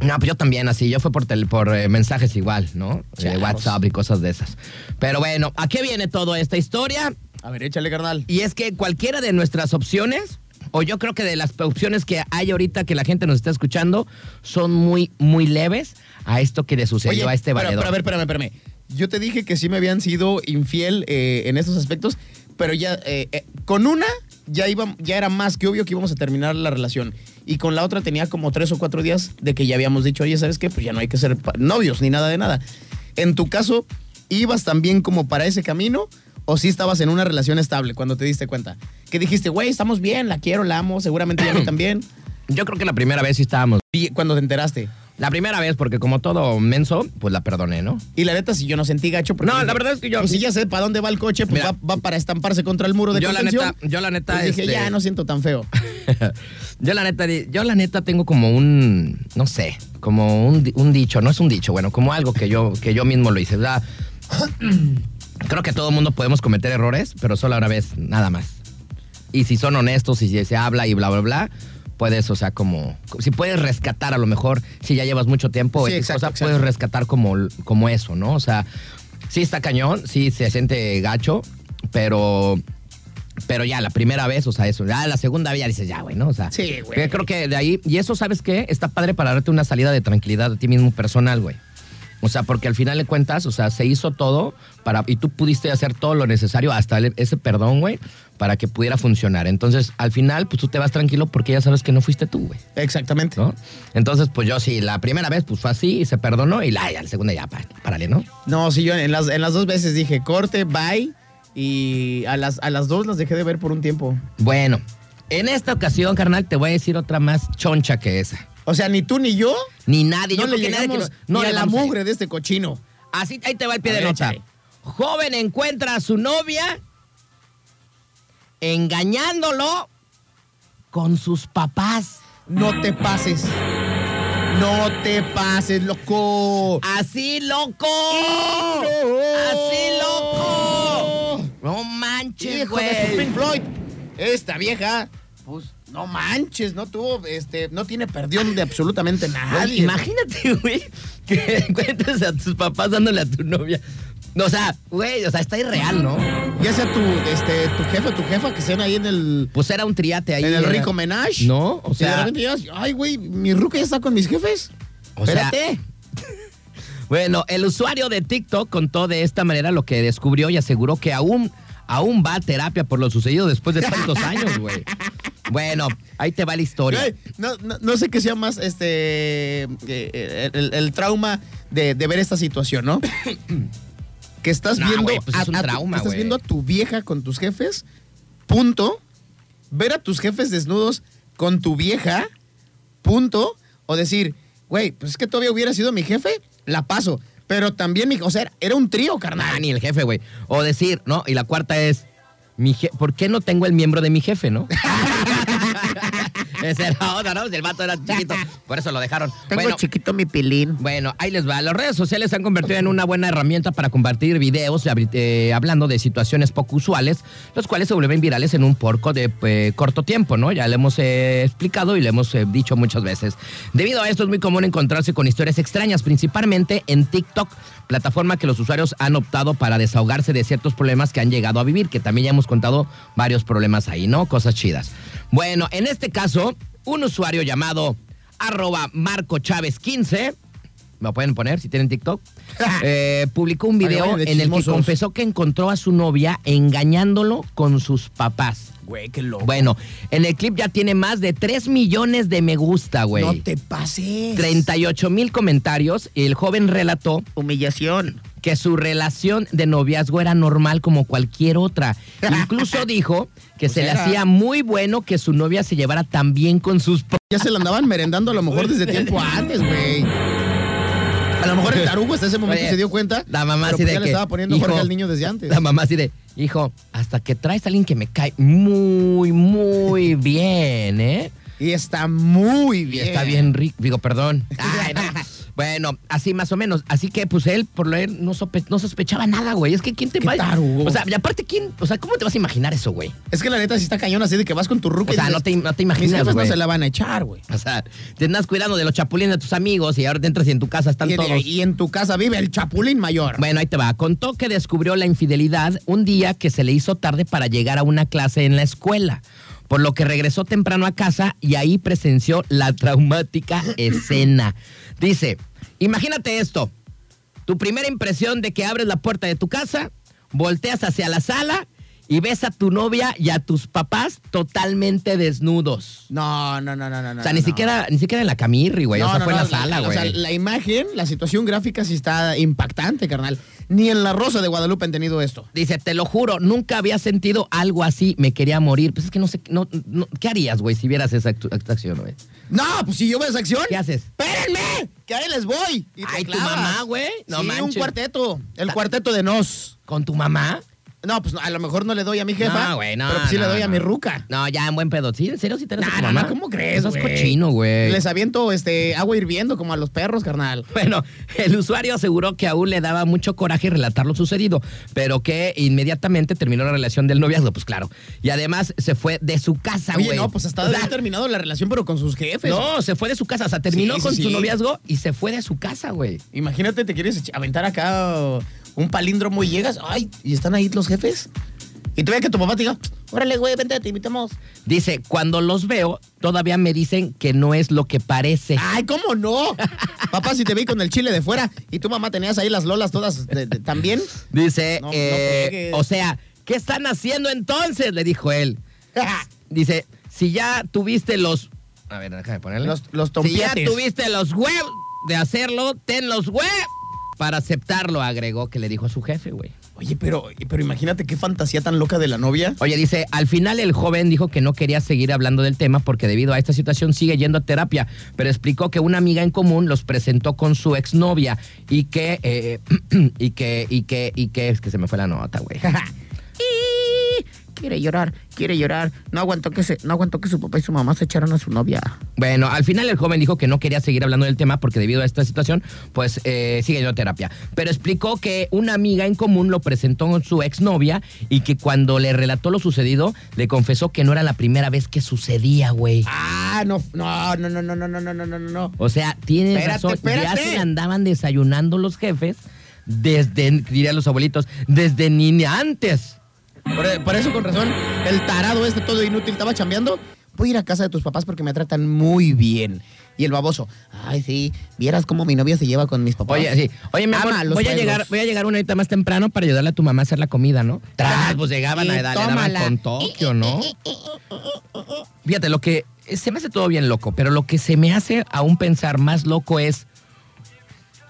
No, pues yo también, así. Yo fue por, tele- por eh, mensajes igual, ¿no? De Chavos. WhatsApp y cosas de esas. Pero bueno, ¿a qué viene toda esta historia? A ver, échale, carnal. Y es que cualquiera de nuestras opciones, o yo creo que de las opciones que hay ahorita que la gente nos está escuchando, son muy, muy leves a esto que le sucedió a este pero, valedor. este pero a ver, espérame, espérame. Yo te dije que sí me habían sido infiel eh, en estos aspectos, pero ya eh, eh, con una ya, iba, ya era más que obvio que íbamos a terminar la relación. Y con la otra tenía como tres o cuatro días de que ya habíamos dicho, oye, ¿sabes qué? Pues ya no hay que ser pa- novios ni nada de nada. En tu caso, ¿ibas también como para ese camino o sí estabas en una relación estable cuando te diste cuenta? Que dijiste, güey, estamos bien, la quiero, la amo, seguramente ya a mí también. Yo creo que la primera vez sí estábamos. Y cuando te enteraste. La primera vez, porque como todo menso, pues la perdoné, ¿no? Y la neta, si yo no sentí gacho. porque No, dije, la verdad es que yo- Pues si ya sé para dónde va el coche, pues Mira. va, va para estamparse contra el muro de Yo la contención. neta- yo la neta, Pues dije, este- ya no siento tan feo. yo la neta, di- yo la neta tengo como un, no sé, como un, di- un dicho, no es un dicho, bueno, como algo que yo, que yo mismo lo hice. O sea, creo que todo mundo podemos cometer errores, pero solo una vez, nada más. Y si son honestos y si se habla y bla, bla, bla, puedes, o sea, como, si puedes rescatar a lo mejor, si ya llevas mucho tiempo, Sí, X exacto, cosa, exacto. puedes rescatar como, como eso, ¿no? O sea, sí está cañón, sí se siente gacho, pero... Pero ya, la primera vez, o sea, eso. Ya la segunda vez ya dices, ya, güey, ¿no? O sea, Sí, güey. yo creo que de ahí. Y eso, ¿sabes qué? Está padre para darte una salida de tranquilidad a ti mismo personal, güey. O sea, porque al final de cuentas, o sea, se hizo todo para. Y tú pudiste hacer todo lo necesario, hasta el- ese perdón, güey, para que pudiera funcionar. Entonces, al final, pues tú te vas tranquilo porque ya sabes que no fuiste tú, güey. Exactamente. ¿No? Entonces, pues yo sí, la primera vez, pues fue así y se perdonó. Y la, ya, la segunda ya, pa- párale, ¿no? No, sí, yo en las, en las dos veces dije corte, bye. Y a las, a las dos las dejé de ver por un tiempo. Bueno, en esta ocasión, carnal, te voy a decir otra más choncha que esa. O sea, ni tú ni yo Ni nadie. no yo le creo que nadie que llegamos no- no ni le a la vamos a llegar. mugre de este cochino. Así, ahí te va el pie A de ver, nota. échale. Joven encuentra a su novia engañándolo con sus papás. No te pases. No te pases, loco. ¡Así loco! ¡Así loco! No manches, Hijo de su Pink güey. Floyd. Esta vieja, pues no manches, no tuvo, este, no tiene perdión de absolutamente Güey, nadie. Imagínate, güey, que encuentres a tus papás dándole a tu novia. O sea, güey, o sea, está irreal, ¿no? Ya sea tu, este, tu jefe o tu jefa que estén ahí en el, Pues era un triate ahí. en el era- rico menage. No, o Y de sea. repente llegas, ay, güey, mi ruca ya está con mis jefes. O sea- Espérate. Bueno, el usuario de TikTok contó de esta manera lo que descubrió y aseguró que aún, aún va a terapia por lo sucedido después de tantos años, güey. Bueno, ahí te va la historia. Güey, no, no- no sé qué sea más este eh, el, el trauma de, de ver esta situación, ¿no? que estás No, viendo güey, pues es un tu- trauma, que estás güey. viendo a tu vieja con tus jefes. Punto. Ver a tus jefes desnudos con tu vieja. Punto. O decir, güey, pues es que todavía hubiera sido mi jefe, la paso. Pero también mi, o sea, era un trío, Nah, carnal. Ah, ni el jefe, güey. O decir, ¿no? Y la cuarta es, mi je- ¿por qué no tengo el miembro de mi jefe, no? Esa era otra, ¿no? El vato era chiquito. Por eso lo dejaron. Bueno, chiquito mi pilín. Bueno, ahí les va. Las redes sociales se han convertido en una buena herramienta para compartir videos abri- eh, hablando de situaciones poco usuales, los cuales se vuelven virales en un porco de eh, corto tiempo, ¿no? Ya le hemos eh, explicado y le hemos eh, dicho muchas veces. Debido a esto es muy común encontrarse con historias extrañas, principalmente en TikTok, plataforma que los usuarios han optado para desahogarse de ciertos problemas que han llegado a vivir, que también ya hemos contado varios problemas ahí, ¿no? Cosas chidas. Bueno, en este caso, un usuario llamado arroba Marco Chávez 15 me lo pueden poner si tienen TikTok. Eh, publicó un Para que video vayan en de el que chismosos. confesó que encontró a su novia engañándolo con sus papás. Güey, qué loco. Bueno, en el clip ya tiene más de 3 millones de me gusta, güey. No te pases. 38 mil comentarios y el joven relató Humillación. que su relación de noviazgo era normal como cualquier otra. Incluso dijo que Pues se le era. hacía muy bueno que su novia se llevara tan bien con sus papás. Ya se la andaban merendando a lo mejor desde tiempo antes, güey. A lo mejor el tarugo hasta ese momento Oye, se dio cuenta. La mamá pero así pues de ya que, le estaba poniendo hijo, Jorge al niño desde antes. La mamá así de, hijo, hasta que traes a alguien que me cae muy, muy bien, ¿eh? Y está muy Y bien. está bien rico. Digo, perdón. Ay, no. Bueno, así más o menos. Así que, pues él, por lo él, no, sope- no sospechaba nada, güey. Es que, ¿quién te Qué va tarugo. O sea, y aparte, ¿quién? O sea, ¿cómo te vas a imaginar eso, güey? Es que la neta sí está cañón así de que vas con tu ruca. O y sea, dices, no te- no te imaginas, Mis jefes güey". no se la van a echar, güey. O sea, te andas cuidando de los chapulines de tus amigos y ahora te entras y en tu casa están Y, en- todos. y en tu casa vive el chapulín mayor. Bueno, ahí te va. Contó que descubrió la infidelidad un día que se le hizo tarde para llegar a una clase en la escuela, por lo que regresó temprano a casa y ahí presenció la traumática escena. Dice, imagínate esto. Tu primera impresión de que abres la puerta de tu casa, volteas hacia la sala y ves a tu novia y a tus papás totalmente desnudos. No, no, no, no, no. O sea, ni, siquiera, ni siquiera en la camirri, güey. o sea, fue en la sala, güey. O sea, la imagen, la situación gráfica sí está impactante, carnal. Ni en La Rosa de Guadalupe han tenido esto. Dice, te lo juro, nunca había sentido algo así, me quería morir. Pues es que no sé, no, no- ¿qué harías, güey, si vieras esa actu- esta acción, güey? No, pues si yo veo esa acción. ¿Qué haces? ¡Espérenme! ¡Que ahí les voy! Y te Ay, tu clavas. mamá, güey. No sí, un manches. cuarteto. El Ta- cuarteto de Nos. ¿Con tu mamá? No, pues no, a lo mejor no le doy a mi jefa. no, güey, no. Pero pues sí le no, doy a no. mi ruca. No, ya, en buen pedo. ¿Sí? ¿En serio? ¿Sí te eres No, tu no, mamá? no, ¿cómo crees, Estás güey? cochino, güey. Les aviento este, agua hirviendo como a los perros, carnal. Bueno, el usuario aseguró que aún le daba mucho coraje relatar lo sucedido, pero que inmediatamente terminó la relación del noviazgo, pues claro. Y además se fue de su casa, Ah, Oye, güey. no, pues hasta O sea, haber terminado la relación, pero con sus jefes. No, se fue de su casa, o sea, terminó Sí, sí, con su sí. noviazgo y se fue de su casa, güey. Imagínate, te quieres echa- aventar acá o, un palíndromo y llegas. Ay, ¿y están ahí los jefes? Y todavía que tu papá te diga, órale, güey, vente, te invitamos. Dice, cuando los veo, todavía me dicen que no es lo que parece. Ay, ¿cómo no? Papá, si te vi con el chile de fuera y tu mamá tenías ahí las lolas todas de- de- también. Dice, No, no eh, friegues. o sea, ¿qué están haciendo entonces? Le dijo él. Ah, Dice, si ya tuviste los... A ver, déjame ponerle. Los- los Si ya tompiates. tuviste los huevos de hacerlo, ten los huevos para aceptarlo, agregó que le dijo a su jefe, güey. Oye, pero, pero imagínate qué fantasía tan loca de la novia. Oye, dice, al final el joven dijo que no quería seguir hablando del tema porque debido a esta situación sigue yendo a terapia, pero explicó que una amiga en común los presentó con su exnovia y que, eh, y que, y que, y que, es que se me fue la nota, güey. Quiere llorar, quiere llorar. No aguantó que se, no aguantó que su papá y su mamá se echaran a su novia. Bueno, al final el joven dijo que no quería seguir hablando del tema porque debido a esta situación, pues eh, sigue yendo a terapia. Pero explicó que una amiga en común lo presentó con su exnovia y que cuando le relató lo sucedido, le confesó que no era la primera vez que sucedía, güey. Ah, no, no, no, no, no, no, no, no, no, no, no. O sea, tiene Espérate, razón. Ya espérate. se la andaban desayunando los jefes desde, dirían los abuelitos, desde ni antes. Por, e, por eso, con razón, el tarado este todo inútil estaba chambeando. Voy a ir a casa de tus papás porque me tratan muy bien. Y el baboso, ay, sí, vieras cómo mi novia se lleva con mis papás. Oye, sí. Oye, mi Ama amor, a los voy a, suegros. llegar, voy a llegar una horita más temprano para ayudarle a tu mamá a hacer la comida, ¿no? Tras, pues llegaban Y a edad, le daban tómala. con Tokio, ¿no? Fíjate, lo que se me hace todo bien loco, pero lo que se me hace aún pensar más loco es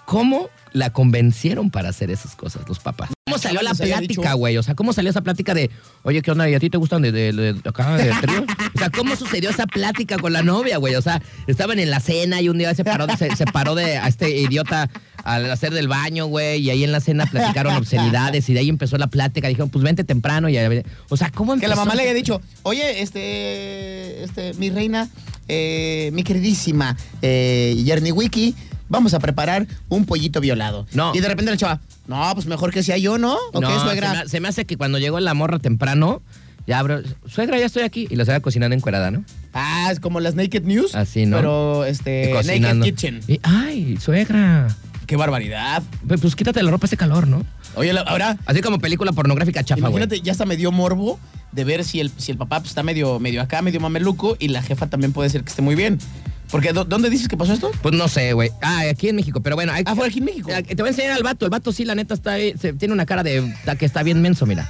cómo la convencieron para hacer esas cosas los papás. ¿Cómo salió la les había plática, dicho. güey? O sea, ¿cómo salió esa plática de, oye, ¿qué onda? ¿Y a ti te gustan de, de, de- de acá, de trío? O sea, ¿cómo sucedió esa plática con la novia, güey? O sea, estaban en la cena y un día se paró, se, se paró de a este idiota al hacer del baño, güey, y ahí en la cena platicaron obscenidades y de ahí empezó la plática. Dijeron, pues vente temprano. Y, a ver- o sea, ¿cómo Que la empezó? mamá le haya dicho, oye, este, este, mi reina, eh, mi queridísima eh, Yerny Wiki, vamos a preparar un pollito violado. No. Y de repente la chava, no, pues mejor que sea yo, ¿no? ¿O qué, No, se, suegra? me, se me hace que cuando llegó la morra temprano, ya abro, suegra, ya estoy aquí. Y la suegra cocinando encuerada, ¿no? Ah, es como las Naked News. Así, ¿no? Pero, este, cocinando. Naked Kitchen. Y, ay, suegra. Qué barbaridad. Pues, pues quítate la ropa, hace calor, ¿no? Oye, la- ahora, Así como película pornográfica chafa, güey. imagínate, ya hasta me dio morbo de ver si el, si el papá pues, está medio, medio acá, medio mameluco, y la jefa también puede ser que esté muy bien. Porque, ¿dó- ¿dónde dices que pasó esto? Pues no sé, güey. Ah, aquí en México, pero bueno. hay- Ah, fue aquí en México. Eh, Te voy a enseñar al vato. El vato sí, la neta, está ahí, se- tiene una cara de ta- que está bien menso, mira.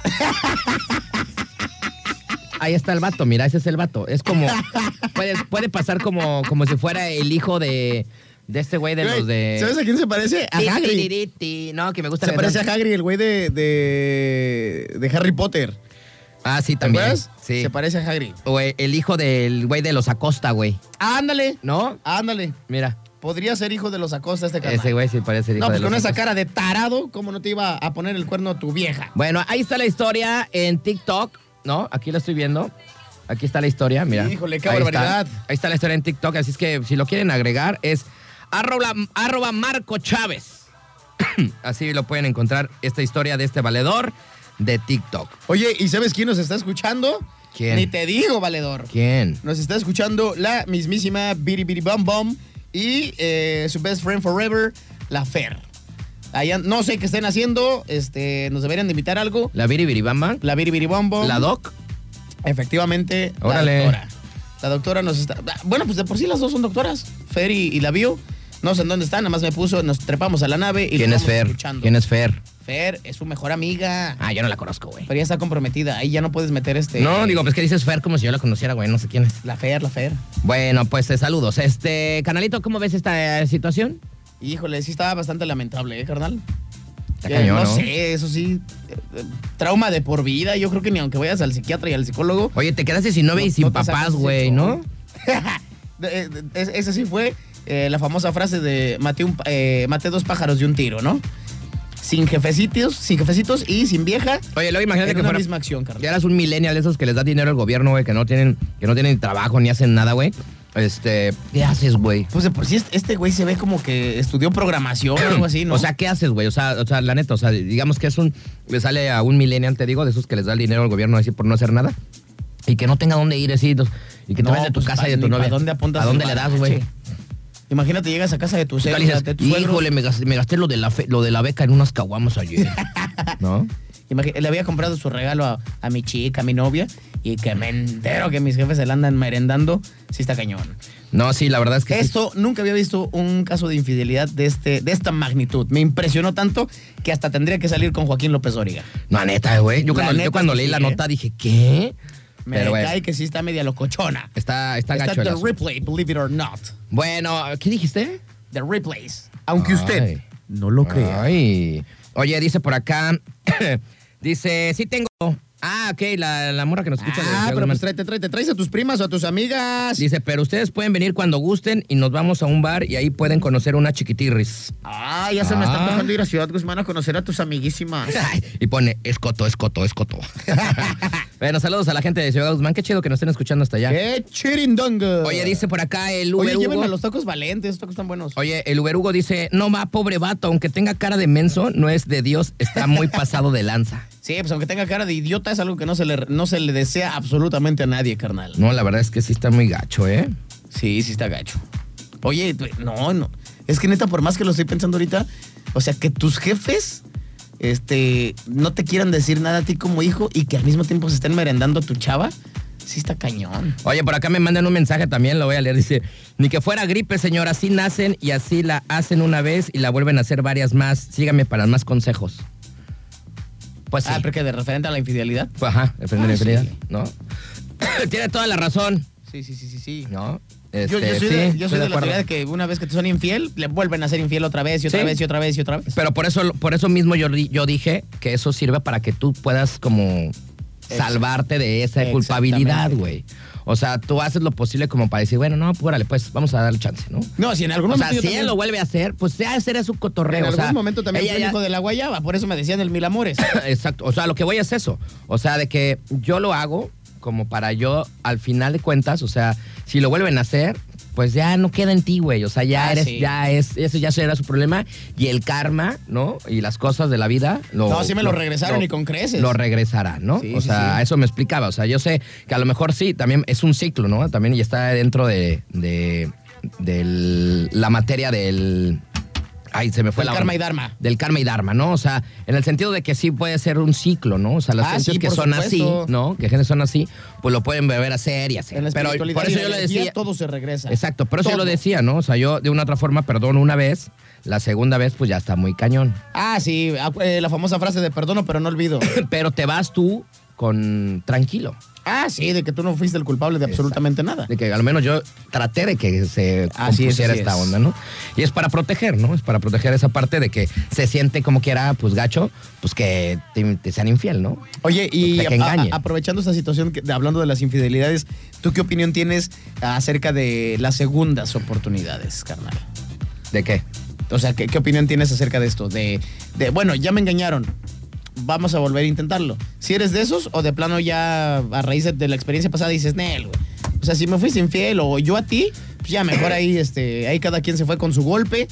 Ahí está el vato, mira, ese es el vato. Es como. Puede, puede pasar como, como si fuera el hijo de, de este güey de los de. ¿Sabes a quién se parece? A Ti, ti, Hagrid. ti, ti. No, que me gusta Se la- parece a Hagrid, el güey de, de, de Harry Potter. Ah, sí, ¿Te también. acuerdas? Sí. Se parece a Hagrid. Güey, el hijo del güey de los Acosta, güey. Ándale, ¿No? ándale. Mira. Podría ser hijo de los Acosta este carnal. Ese güey sí parece el hijo No, pues de los con esa Acosta. cara de tarado, ¿cómo no te iba a poner el cuerno tu vieja? Bueno, ahí está la historia en TikTok, ¿no? Aquí lo estoy viendo. Aquí está la historia, mira. Híjole, qué Ahí está. barbaridad. Ahí está la historia en TikTok, así es que si lo quieren agregar es arroba, arroba Marco Chávez. así lo pueden encontrar esta historia de este valedor de TikTok. Oye, ¿y sabes quién nos está escuchando? ¿Quién? Ni te digo, valedor. ¿Quién? Nos está escuchando la mismísima Biri Biri Bum Bum y eh, su best friend forever, la Fer. Allá, no sé qué estén haciendo, este, nos deberían de invitar algo. ¿La Biribiribamba? La Biri Biri Bum Bum. ¿La Doc? Efectivamente, Órale. ah, la doctora. La doctora nos está. Bueno, pues de por sí las dos son doctoras, Fer y, y la Bio. No sé en dónde está, nada más me puso, nos trepamos a la nave y ¿Quién lo es vamos Fer? escuchando. ¿Quién es Fer? Fer es su mejor amiga. Ah, yo no la conozco, güey. Pero ya está comprometida, ahí ya no puedes meter este. No, digo, pues que dices Fer como si yo la conociera, güey. No sé quién es. La Fer, la Fer. Bueno, pues te saludos. Este, canalito, ¿cómo ves esta eh, situación? Híjole, sí estaba bastante lamentable, ¿eh, carnal? Está Eh, cañón, no, ¿no? sé, eso sí. eh, eh, Trauma de por vida. Yo creo que ni aunque vayas al psiquiatra y al psicólogo. Oye, te quedaste sin novia y no- sin no te sacas papás, ese güey, ¿no? chorro. De- eh, de- es- Esa sí fue eh, la famosa frase de maté, un, pa- eh, maté dos pájaros de un tiro, ¿no? Sin jefecitos, sin jefecitos y sin vieja. Oye, luego imagínate en que una fuera, misma acción, carnal. ya eras un millennial de esos que les da dinero el gobierno, güey, que no tienen, que no tienen trabajo ni hacen nada, güey. Este, ¿qué haces, güey? Pues de por sí este- este güey se ve como que estudió programación o algo así, ¿no? O sea, ¿qué haces, güey? O sea, o sea, la neta, o sea, digamos que es un. Le sale a un millennial, te digo, de esos que les da el dinero al gobierno así por no hacer nada. Y que no tenga dónde ir, así. dos- Y que te No, vayas de tu pues, casa pa- y de tu ni pa' novia. dónde apuntas ¿A dónde el le das, balance? güey? Imagínate, llegas a casa de tu Y suegro, le dices, de tu suegro. Híjole, me gasté, me gasté lo, de la fe- lo de la beca en unas caguamas ayer. ¿No? Imagi- le había comprado su regalo a, a mi chica, a mi novia, y que me entero que mis jefes se la andan merendando. Sí está cañón. No, sí, la verdad es que. sí. Esto nunca había visto un caso de infidelidad de, este, de esta magnitud. Me impresionó tanto que hasta tendría que salir con Joaquín López Origa. No, neta, güey. Yo La cuando, yo neta cuando es que leí sí, la ¿eh? nota dije, ¿qué? Me Pero, güey, cae que sí está media locochona. está, está gacho. Está el The asunto. Ripley, believe it or not. Bueno, ¿qué dijiste? The Replays. Aunque usted Ay. no lo crea. Ay. Oye, dice por acá. dice, sí tengo. Ah, ok, la, la morra que nos escucha. de Ah, pero Dragon Man. pues tráete, tráete, traes a tus primas o a tus amigas. dice, pero ustedes pueden venir cuando gusten y nos vamos a un bar y ahí pueden conocer una chiquitirris. Ah, ya se me Ah. está tocando ir a Ciudad Guzmán a conocer a tus amiguísimas. y pone, escoto, escoto, escoto. bueno, saludos a la gente de Ciudad Guzmán. Qué chido que nos estén escuchando hasta allá. ¡Qué chirindonga! Oye, dice por acá el Uber Oye, llévenme Hugo. los tacos valentes, estos tacos están buenos. Oye, el Uber Hugo dice, no va, pobre vato, aunque tenga cara de menso, no es de Dios, está muy pasado de lanza. Sí, pues aunque tenga cara de idiota, es algo que no se le, no se le desea absolutamente a nadie, carnal. No, la verdad es que sí está muy gacho, ¿eh? Sí, sí está gacho. Oye, tú- no, no. Es que neta, por más que lo estoy pensando ahorita, o sea, que tus jefes este, no te quieran decir nada a ti como hijo y que al mismo tiempo se estén merendando a tu chava, sí está cañón. Oye, por acá me mandan un mensaje también, lo voy a leer. Dice, ni que fuera gripe, señor, así nacen y así la hacen una vez y la vuelven a hacer varias más. Sígame para más consejos. Pues sí. Ah, pero que de referente a la infidelidad. Ajá, depende de la Ah, infidelidad, sí. ¿no? Tiene toda la razón, Sí, sí, sí, sí, sí. ¿no? yo, yo Este, soy, sí, de, yo estoy soy de la acuerdo. teoría de que una vez que te son infiel, le vuelven a ser infiel otra vez y otra Sí. vez y otra vez y otra vez. Pero por eso, por eso mismo yo, di- yo dije que eso sirve para que tú puedas como salvarte de esa Exactamente. culpabilidad, güey. O sea, tú haces lo posible como para decir, bueno, no, pues órale, pues vamos a darle chance, ¿no? No, si en algún o sea, momento. si yo también- él lo vuelve a hacer, pues sea hacer su cotorreo. en o algún sea, momento también ella fue el ya- hijo de la guayaba, por eso me decían el mil amores. Exacto. O sea, lo que voy es eso. O sea, de que yo lo hago como para yo, al final de cuentas, o sea, si lo vuelven a hacer, pues ya no queda en ti, güey. O sea, ya Ah, eres, sí. ya es, eso ya será su problema. Y el karma, ¿no? Y las cosas de la vida. Lo, No, sí me lo regresaron y con creces. Lo regresará, ¿no? Sí, o sí, sea, sí. eso me explicaba. O sea, yo sé que a lo mejor sí, también es un ciclo, ¿no? También y está dentro de, de, del- la materia del... Ay, se me fue Del la karma onda. y dharma. Del karma y dharma, ¿no? O sea, en el sentido de que sí puede ser un ciclo, ¿no? O sea, las Ah, gentes sí, que por son supuesto. así, ¿no? Que gentes son así, pues lo pueden beber a hacer y hacer. En la Pero espiritualidad por y eso la yo le energía, decía... todo se regresa. Exacto, por eso yo lo Todo. decía, ¿no? O sea, yo de una otra forma perdono una vez, la segunda vez pues ya está muy cañón. Ah, sí, ah, eh, la famosa frase de perdono, pero no olvido. Pero te vas tú con tranquilo. ah, sí, de que tú no fuiste el culpable de absolutamente nada. De que al menos yo traté de que se Así es, compusiera así esta es. onda, ¿no? Y es para proteger, ¿no? Es para proteger esa parte de que se siente como quiera, pues gacho, pues que te, te sean infiel, ¿no? Oye, y Pues, De que a- a- engañen. aprovechando esta situación, que- de- hablando de las infidelidades, ¿tú qué opinión tienes acerca de las segundas oportunidades, carnal? ¿De qué? O sea, ¿qué, qué opinión tienes acerca de esto? De, de, bueno, ya me engañaron. Vamos a volver a intentarlo. Si eres de esos o de plano ya a raíz de, de la experiencia pasada dices, Nel, güey. O sea, si me fuiste infiel o yo a ti, pues ya mejor ahí, este, ahí cada quien se fue con su golpe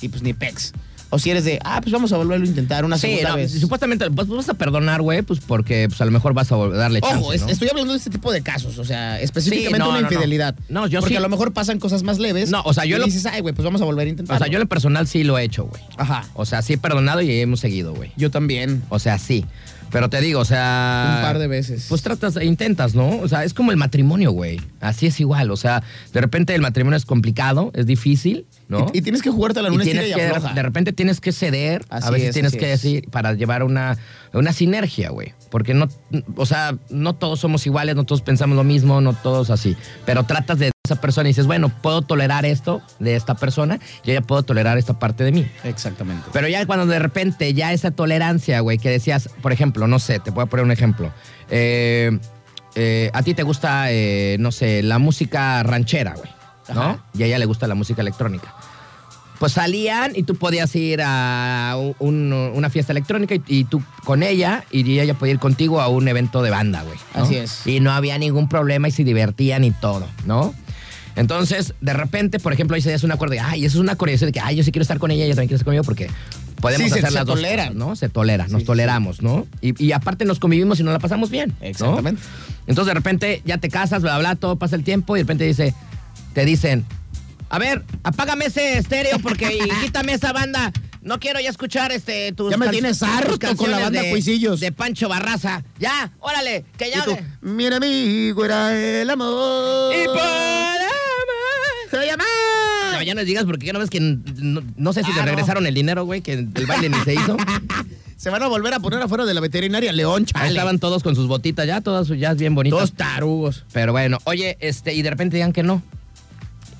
y pues ni pex. O si eres de, ah, pues vamos a volverlo a intentar una Sí, segunda no, vez. supuestamente pues, vas a perdonar, güey, pues porque pues, a lo mejor vas a vol- darle chance, Ojo, es- ¿no? estoy hablando de este tipo de casos, o sea, específicamente no, una no, no. infidelidad. No, yo Porque sí. a lo mejor pasan cosas más leves. No, o sea, yo y lo- dices, ay, güey, pues vamos a volver a intentar. O sea, yo en lo personal sí lo he hecho, güey. Ajá. O sea, sí he perdonado y hemos seguido, güey. Yo también. O sea, sí. Pero te digo, o sea. Un par de veces. Pues tratas, intentas, ¿no? O sea, es como el matrimonio, güey. Así es igual. O sea, de repente el matrimonio es complicado, es difícil, ¿no? Y, y tienes que jugarte a la luna tienes estira y que, de- afloja. de repente tienes que ceder, a Así veces es, tienes así que es. decir para llevar una, una sinergia, güey. Porque no, o sea, no todos somos iguales, no todos pensamos lo mismo, no todos así. Pero tratas de esa persona y dices, bueno, puedo tolerar esto de esta persona y ella puedo tolerar esta parte de mí. Exactamente. Pero ya cuando de repente ya esa tolerancia, güey, que decías, por ejemplo, no sé, te voy a poner un ejemplo. Eh, eh, a ti te gusta, eh, no sé, la música ranchera, güey, ¿no? Ajá. Y a ella le gusta la música electrónica. Pues salían y tú podías ir a un- una fiesta electrónica y, y tú con ella y ella podía ir contigo a un evento de banda, güey. ¿no? Así es. Y no había ningún problema y se divertían y todo, ¿no? Entonces, de repente, por ejemplo, ahí se hace un acuerdo de, ay, eso es una coordinación de que, ay, yo sí quiero estar con ella, ella también quiere estar conmigo porque podemos Sí, se- hacer se las dos tolera. cosas, ¿no? Se tolera, nos sí, toleramos, ¿no? Y, y aparte nos convivimos y nos la pasamos bien. ¿no? Exactamente. Entonces, de repente, ya te casas, bla, bla, todo pasa el tiempo y de repente dice, te dicen, a ver, apágame ese estéreo porque y quítame esa banda. No quiero ya escuchar este tus Ya me can- tienes tus harto con canciones la banda de- Cuisillos". de Pancho Barraza. Ya, órale, que ya. Y tú, Mira, amigo, era el amor. Y para- Se llama. No, ya no digas porque ya no ves que n- no, no sé si Ah, te no. regresaron el dinero, güey, que el baile ni se hizo. Se van a volver a poner afuera de la veterinaria León, Ahí chale. estaban todos con sus botitas ya, todas ya bien bonitas. Dos tarugos. Pero bueno, oye, este, y de repente digan que no.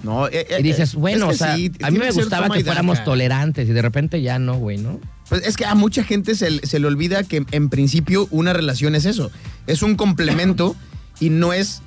No, eh, eh, Y dices, eh, bueno, es que o sea, sí, a mí tiene me ser gustaba toma que y daca. fuéramos tolerantes y de repente ya no, güey, ¿no? Pues es que a mucha gente se, se le olvida que en principio una relación es eso. Es un complemento y no es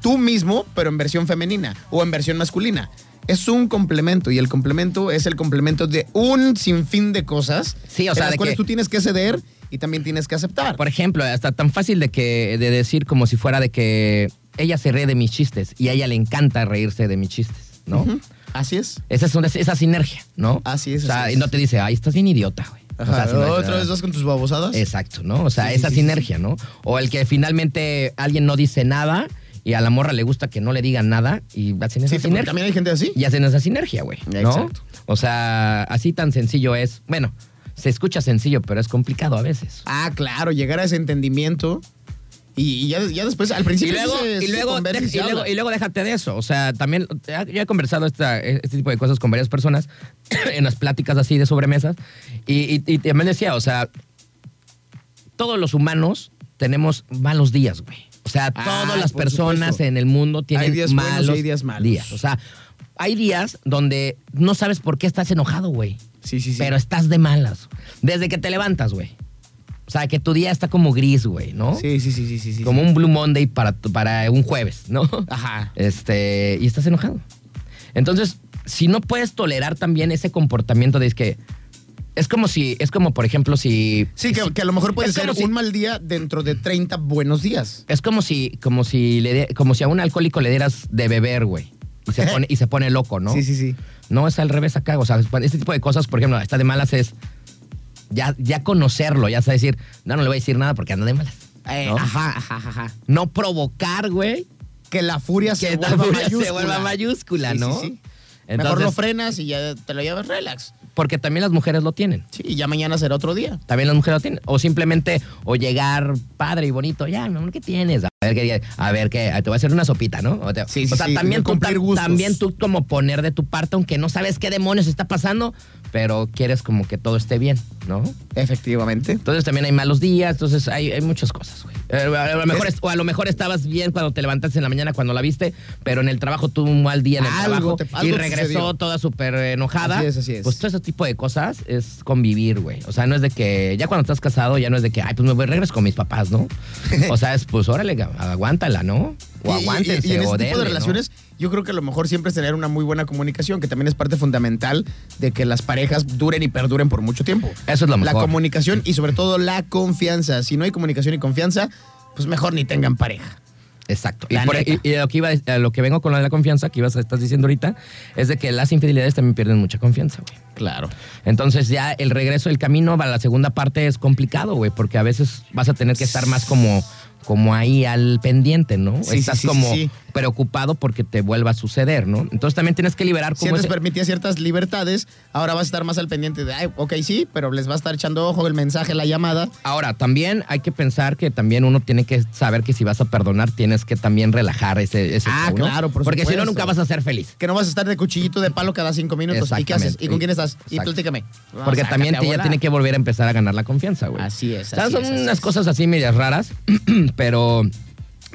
tú mismo, pero en versión femenina o en versión masculina. Es un complemento y el complemento es el complemento de un sinfín de cosas. Sí, o en sea, las de cuales que- tú tienes que ceder y también tienes que aceptar. Por ejemplo, hasta tan fácil de que de decir como si fuera de que ella se ríe de mis chistes y a ella le encanta reírse de mis chistes, ¿no? Ujú, Así es. Esa es una, esa sinergia, ¿no? Así es, O sea, y así es. no te dice, ay, estás bien idiota, güey. O sea, Ajá, si no es- Otra vez dos con tus babosadas. Exacto, ¿no? O sea, Sí, sí, esa sí, sinergia, ¿no? O el que finalmente alguien no dice nada y a la morra le gusta que no le digan nada y hacen esa Sí, porque sinergia. también hay gente así. Y hacen esa sinergia, güey. ¿no? Exacto. O sea, así tan sencillo es. Bueno, se escucha sencillo, pero es complicado a veces. Ah, claro, llegar a ese entendimiento. Y, y ya, ya después, al principio. sí se- y se luego, conversa de- se y luego- habla. y luego déjate de eso. O sea, también eh, yo he conversado esta- este tipo de cosas con varias personas en las pláticas así de sobremesas. Y, y- y también decía, o sea, todos los humanos tenemos malos días, güey. O sea, Ah, todas las por personas supuesto. en el mundo tienen Hay días buenos y malos, hay días malos. días. O sea, hay días donde no sabes por qué estás enojado, güey. Sí, sí, sí. Pero estás de malas. Desde que te levantas, güey. O sea, que tu día está como gris, güey, ¿no? Sí, sí, sí, sí, sí. sí. como un Blue Monday para, tu- para un jueves, ¿no? Ajá. Este, y estás enojado. Entonces, si no puedes tolerar también ese comportamiento de es que es como si, es como por ejemplo si... Sí, que, que a lo mejor puede Es ser como si- un mal día dentro de 30 buenos días. Es como si, como si, le de- como si a un alcohólico le dieras de beber, güey. Y se pone, y se pone loco, ¿no? Sí, sí, sí. No, es al revés acá. O sea, este tipo de cosas, por ejemplo, está de malas es ya, ya conocerlo, ya sabes decir, no, no le voy a decir nada porque anda de malas. ¿no? Ajá, ajá, ajá. No provocar, güey, Que la furia se que la vuelva furia mayúscula. se vuelva mayúscula, Sí, ¿no? sí, sí. Mejor Entonces, lo frenas y ya te lo llevas relax. porque también las mujeres lo tienen. Sí, y ya mañana será otro día. También las mujeres lo tienen. O simplemente, o llegar padre y bonito. Ya, mi amor, ¿qué tienes? A ver, ¿qué, a ver, ¿qué? Te voy a hacer una sopita, ¿no? O, te- Sí, sí, o sea, sí, también, tú, cumplir tam- gustos. también tú como poner de tu parte, aunque no sabes qué demonios está pasando, pero quieres como que todo esté bien, ¿no? Efectivamente. Entonces también hay malos días, entonces hay, hay muchas cosas, güey. Eh, a lo mejor Es- es- o a lo mejor estabas bien cuando te levantaste en la mañana cuando la viste, pero en el trabajo tuvo un mal día en el trabajo Algo te- y algo te regresó sucedió. toda súper enojada. Así es, así es. Pues todo ese tipo de cosas es convivir, güey. O sea, no es de que ya cuando estás casado ya no es de que, ay, pues me voy regreso con mis papás, ¿no? o sea, es pues órale, ga- aguántala, ¿no? O Y- y- aguántense y, en o este tipo denle, de ¿no? relaciones, yo creo que lo mejor siempre es tener una muy buena comunicación, que también es parte fundamental de que las parejas duren y perduren por mucho tiempo. Eso es lo La mejor. comunicación y sobre todo la confianza. Si no hay comunicación y confianza, pues mejor ni tengan pareja. Exacto. Y, La por- neta. y- y a lo que iba, a lo que vengo con lo de la confianza que ibas estás diciendo ahorita es de que las infidelidades también pierden mucha confianza, güey. Claro. Entonces ya el regreso del camino a la segunda parte es complicado, güey, porque a veces vas a tener que estar más como, como ahí al pendiente, ¿no? Sí, Estás sí, sí, como sí, sí. preocupado porque te vuelva a suceder, ¿no? Entonces también tienes que liberar Si como antes ese- permitía ciertas libertades, ahora vas a estar más al pendiente de, ay, ok, sí, pero les va a estar echando ojo el mensaje, la llamada. Ahora, también hay que pensar que también uno tiene que saber que si vas a perdonar, tienes que también relajar ese, ese Ah, show, ¿no? claro, por Porque si no, supuesto. nunca vas a ser feliz. Que no vas a estar de cuchillito de palo cada cinco minutos. ¿Y qué haces? Exactamente. ¿Y con quién estás? Y Exacto. platícame. Ah, Porque Sácate también a te- ya volar. tiene que volver a empezar a ganar la confianza, güey. Así es, O sea, así son es, así unas es. cosas así medias raras, pero,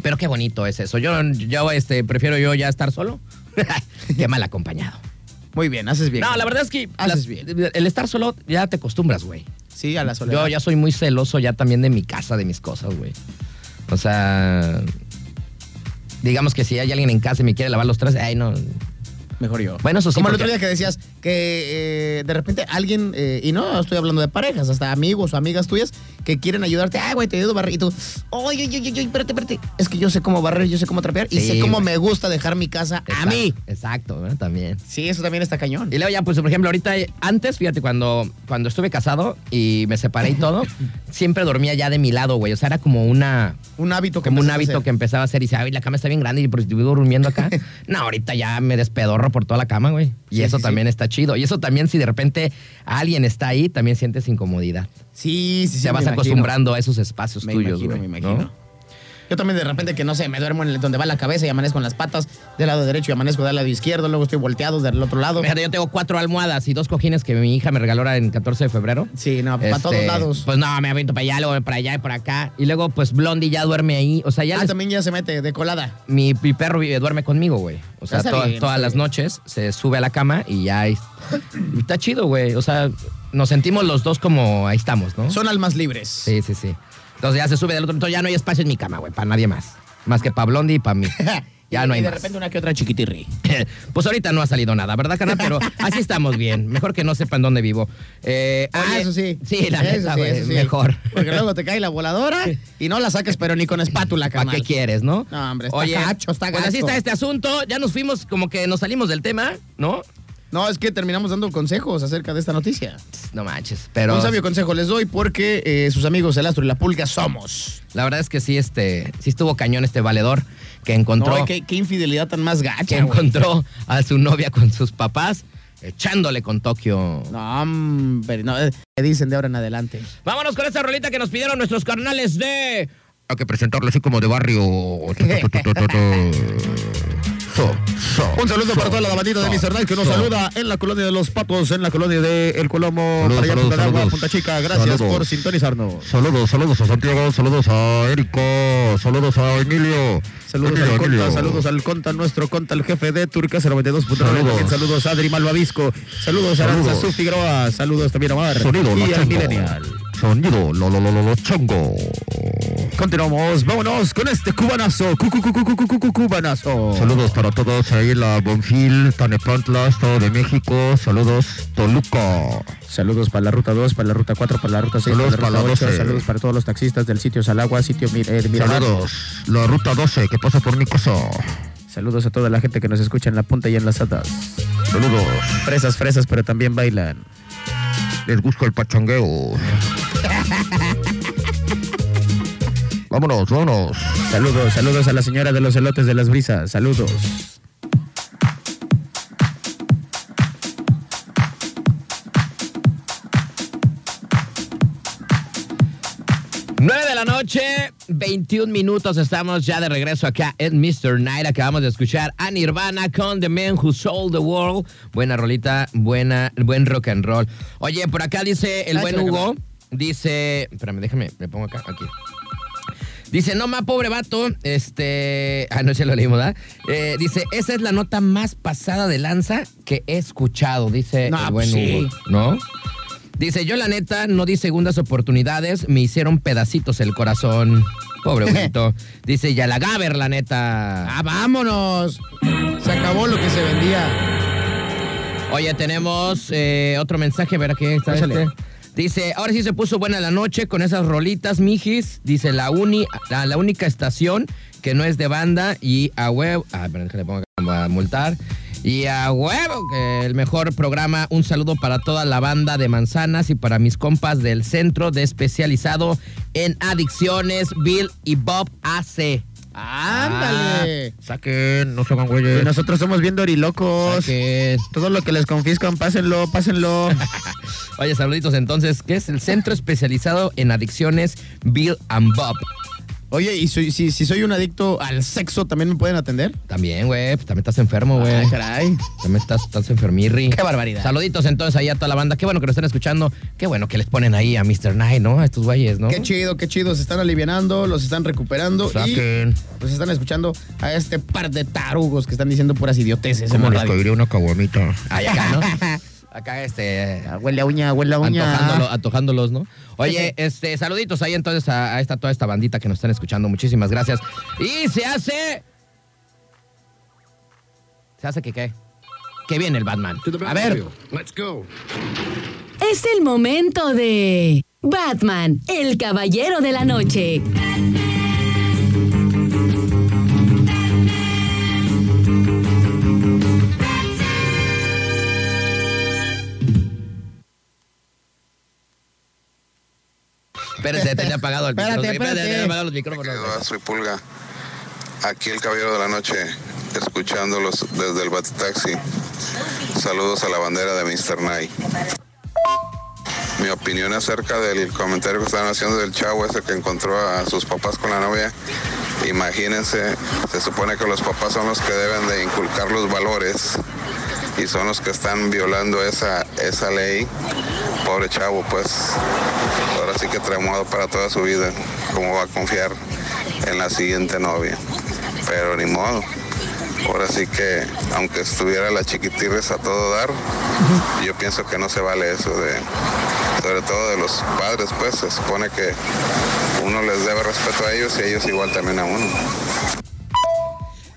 pero qué bonito es eso. Yo, yo este, prefiero yo ya estar solo que mal acompañado. Muy bien, haces bien. No, la verdad es que Haces las- bien. el estar solo ya te acostumbras, güey. Sí, a la soledad. Yo ya soy muy celoso ya también de mi casa, de mis cosas, güey. O sea, digamos que si hay alguien en casa y me quiere lavar los trastes, ay, no. Mejor yo. Bueno, eso sí, Como el porque- otro día que decías que eh, de repente alguien, eh, y no estoy hablando de parejas, hasta amigos o amigas tuyas que quieren ayudarte. Ay, güey, te ayudo a barrer. Y tú, ay, ay, ay, ay, ay, espérate, espérate. Es que yo sé cómo barrer, yo sé cómo trapear y Sí, sé cómo güey. me gusta dejar mi casa a Exacto, mí. Exacto, ¿no? también. Sí, eso también está cañón. Y luego ya, pues, por ejemplo, ahorita, antes, fíjate, cuando, cuando estuve casado y me separé y todo, siempre dormía ya de mi lado, güey. O sea, era como una... Un hábito que Como un empezaste a hábito hacer. que empezaba a hacer y dice, ay, la cama está bien grande y por si estuve durmiendo acá. no, ahorita ya me despedorro por toda la cama, güey. Y Sí, eso sí, sí. también está chido. Y eso también, si de repente alguien está ahí, también sientes incomodidad. Sí, sí, sí. Te me vas imagino. acostumbrando a esos espacios Me tuyos, imagino, güey, me ¿no? imagino. Yo también de repente que no sé, me duermo en el- donde va la cabeza y amanezco en las patas, del lado derecho y amanezco del lado izquierdo, luego estoy volteado del otro lado. Fíjate, yo tengo cuatro almohadas y dos cojines que mi hija me regaló en 14 de febrero. Sí, no, para Este, todos lados. Pues no, me aviento para allá, luego para allá y para acá. Y luego, pues Blondie ya duerme ahí. O sea, ya ah, les- también ya se mete de colada. mi, mi perro vive- duerme conmigo, güey. O sea, Está to- bien, todas está las bien. noches se sube a la cama y ya es- está chido, güey. O sea, nos sentimos los dos como ahí estamos, ¿no? Son almas libres. Sí, sí, sí. Entonces ya se sube del otro. Entonces ya no hay espacio en mi cama, güey, para nadie más. Más que para Blondie y para mí. Ya Y- no hay y de más. repente una que otra chiquitirri. Pues ahorita no ha salido nada, ¿verdad, carnal? Pero así estamos bien. Mejor que no sepan dónde vivo. Eh, Oye, oye, Ah, eso sí. Sí, la Eso neta, sí, güey, eso sí. mejor. Porque luego te cae la voladora y no la sacas, pero ni con espátula, ¿Para carnal. qué quieres, no? No, hombre, está gacho, está pues así gacho. está este asunto. Ya nos fuimos, como que nos salimos del tema, ¿no? No, es que terminamos dando consejos acerca de esta noticia. No manches, pero Un sabio consejo les doy porque eh, sus amigos el astro y la pulga somos. la verdad es que sí, este, sí estuvo cañón este valedor que encontró, No, qué, qué infidelidad tan más que gacha, güey. encontró a su novia con sus papás echándole con Tokio. No, hombre, no, eh, ¿qué dicen de ahora en adelante? Vámonos con esta rolita que nos pidieron nuestros carnales de. Hay que presentarlo así como de barrio. Un saludo para toda la bandita de Mr. Night que nos saluda en la colonia de los Patos, en la colonia de El Colomo, Saludos, para allá, saludos, Punta de Agua, saludos. Punta Chica. Gracias Saludos. por sintonizarnos. Saludos, saludos a Santiago, saludos a Érico, saludos a Emilio. Saludos Emilio, al Conta, Emilio. saludos al Conta, nuestro Conta, el jefe de Turcas 92.9. Saludos. También Saludos a Adri Malvavisco, saludos a Aranza Saludos. Su Figueroa, saludos también a Omar Sonido, y lo al chongo. Millennial. Sonido, lo, lo, lo, lo, lo chongo. Continuamos, vámonos con este cubanazo, cu, cu, cu, cu, cu, cu, cu, cubanazo. Saludos para todos ahí en la Bonfil, Tanepantla, Estado de México. Saludos, Toluca. Saludos para la ruta 2, para la ruta 4, para la ruta 6, Saludos para la para ruta la 8. 12. Saludos para todos los taxistas del sitio Salagua, sitio Mir- eh, Miramar. Saludos, la ruta 12 que pasa por mi casa. Saludos a toda la gente que nos escucha en la punta y en las hadas. Saludos, Fresas, fresas, pero también bailan. les gusta el pachangueo. vámonos, vámonos. Saludos, saludos a la señora de los elotes de las brisas. Saludos. Nueve de la noche, 21 minutos. Estamos ya de regreso acá en Mr. Night. Acabamos de escuchar a Nirvana con The Man Who Sold the World. Buena rolita, buena, buen rock and roll. Oye, por acá dice el Ah, buen échale, Hugo. Dice, espérame, déjame, me pongo acá, aquí. Dice, no más pobre vato, este, anoche lo leímos, ¿verdad? Eh, dice, esa es la nota más pasada de lanza que he escuchado, dice No, el buen pues sí. Hugo, ¿no? Dice, yo la neta no di segundas oportunidades, me hicieron pedacitos el corazón. Pobre bonito. Dice, ya la Gaber, la neta. ¡Ah, vámonos! Se acabó lo que se vendía. Oye, tenemos eh, otro mensaje, a ver aquí está Échale. este. Dice, ahora sí se puso buena la noche con esas rolitas, mijis. Dice, la uni, la, la única estación que no es de banda y a huevo. Ah, pero déjale, pongo acá, me voy a multar. Y a huevo, que el mejor programa. Un saludo para toda la banda de manzanas y para mis compas del centro de especializado en adicciones, Bill y Bob AC. ¡Ándale! Saquen, no se hagan güeyes. Y Ah. nosotros somos bien Ah, dorilocos. saquen. Todo lo que les confiscan, pásenlo, pásenlo. Oye, saluditos entonces, ¿qué es el centro especializado en adicciones Bill and Bob? Oye, y soy- si, si soy un adicto al sexo, ¿también me pueden atender? También, güey, pues, también estás enfermo, güey. Ah, caray. También estás, estás enfermirri. Qué barbaridad. Saluditos entonces ahí a toda la banda. Qué bueno que lo están escuchando. Qué bueno que les ponen ahí a Mr. Night, ¿no? A estos güeyes, ¿no? Qué chido, qué chido. Se están alivianando, los están recuperando Saquen. y pues están escuchando a este par de tarugos que están diciendo puras idioteces en Como la les radio. caería una caguamita. Ahí acá, ¿no? acá este. Ah, Huele a uña, huele a Antojándolo- uña. antojándolos, ¿no? Oye, este, saluditos ahí entonces a, a esta, toda esta bandita que nos están escuchando. Muchísimas gracias. Y se hace. ¿Se hace que qué? Que viene el Batman. A ver. Es el momento de Batman, el caballero de la noche. Espérate, tenía apagado el Espérate, micrófono. Espérate, espérate. tenía apagado los micrófonos. güey. Soy Pulga, aquí el Caballero de la Noche, escuchándolos desde el Batitaxi. Saludos a la bandera de Mr. Night. Mi opinión acerca del comentario que estaban haciendo del chavo ese que encontró a sus papás con la novia. Imagínense, se supone que los papás son los que deben de inculcar los valores y son los que están violando esa, esa ley. Pobre chavo, pues ahora sí que traumado para toda su vida. ¿Cómo va a confiar en la siguiente novia? Pero ni modo. Ahora sí que, aunque estuviera la chiquitirres a todo dar, yo pienso que no se vale eso de, sobre todo de los padres, pues se supone que uno les debe respeto a ellos y ellos igual también a uno.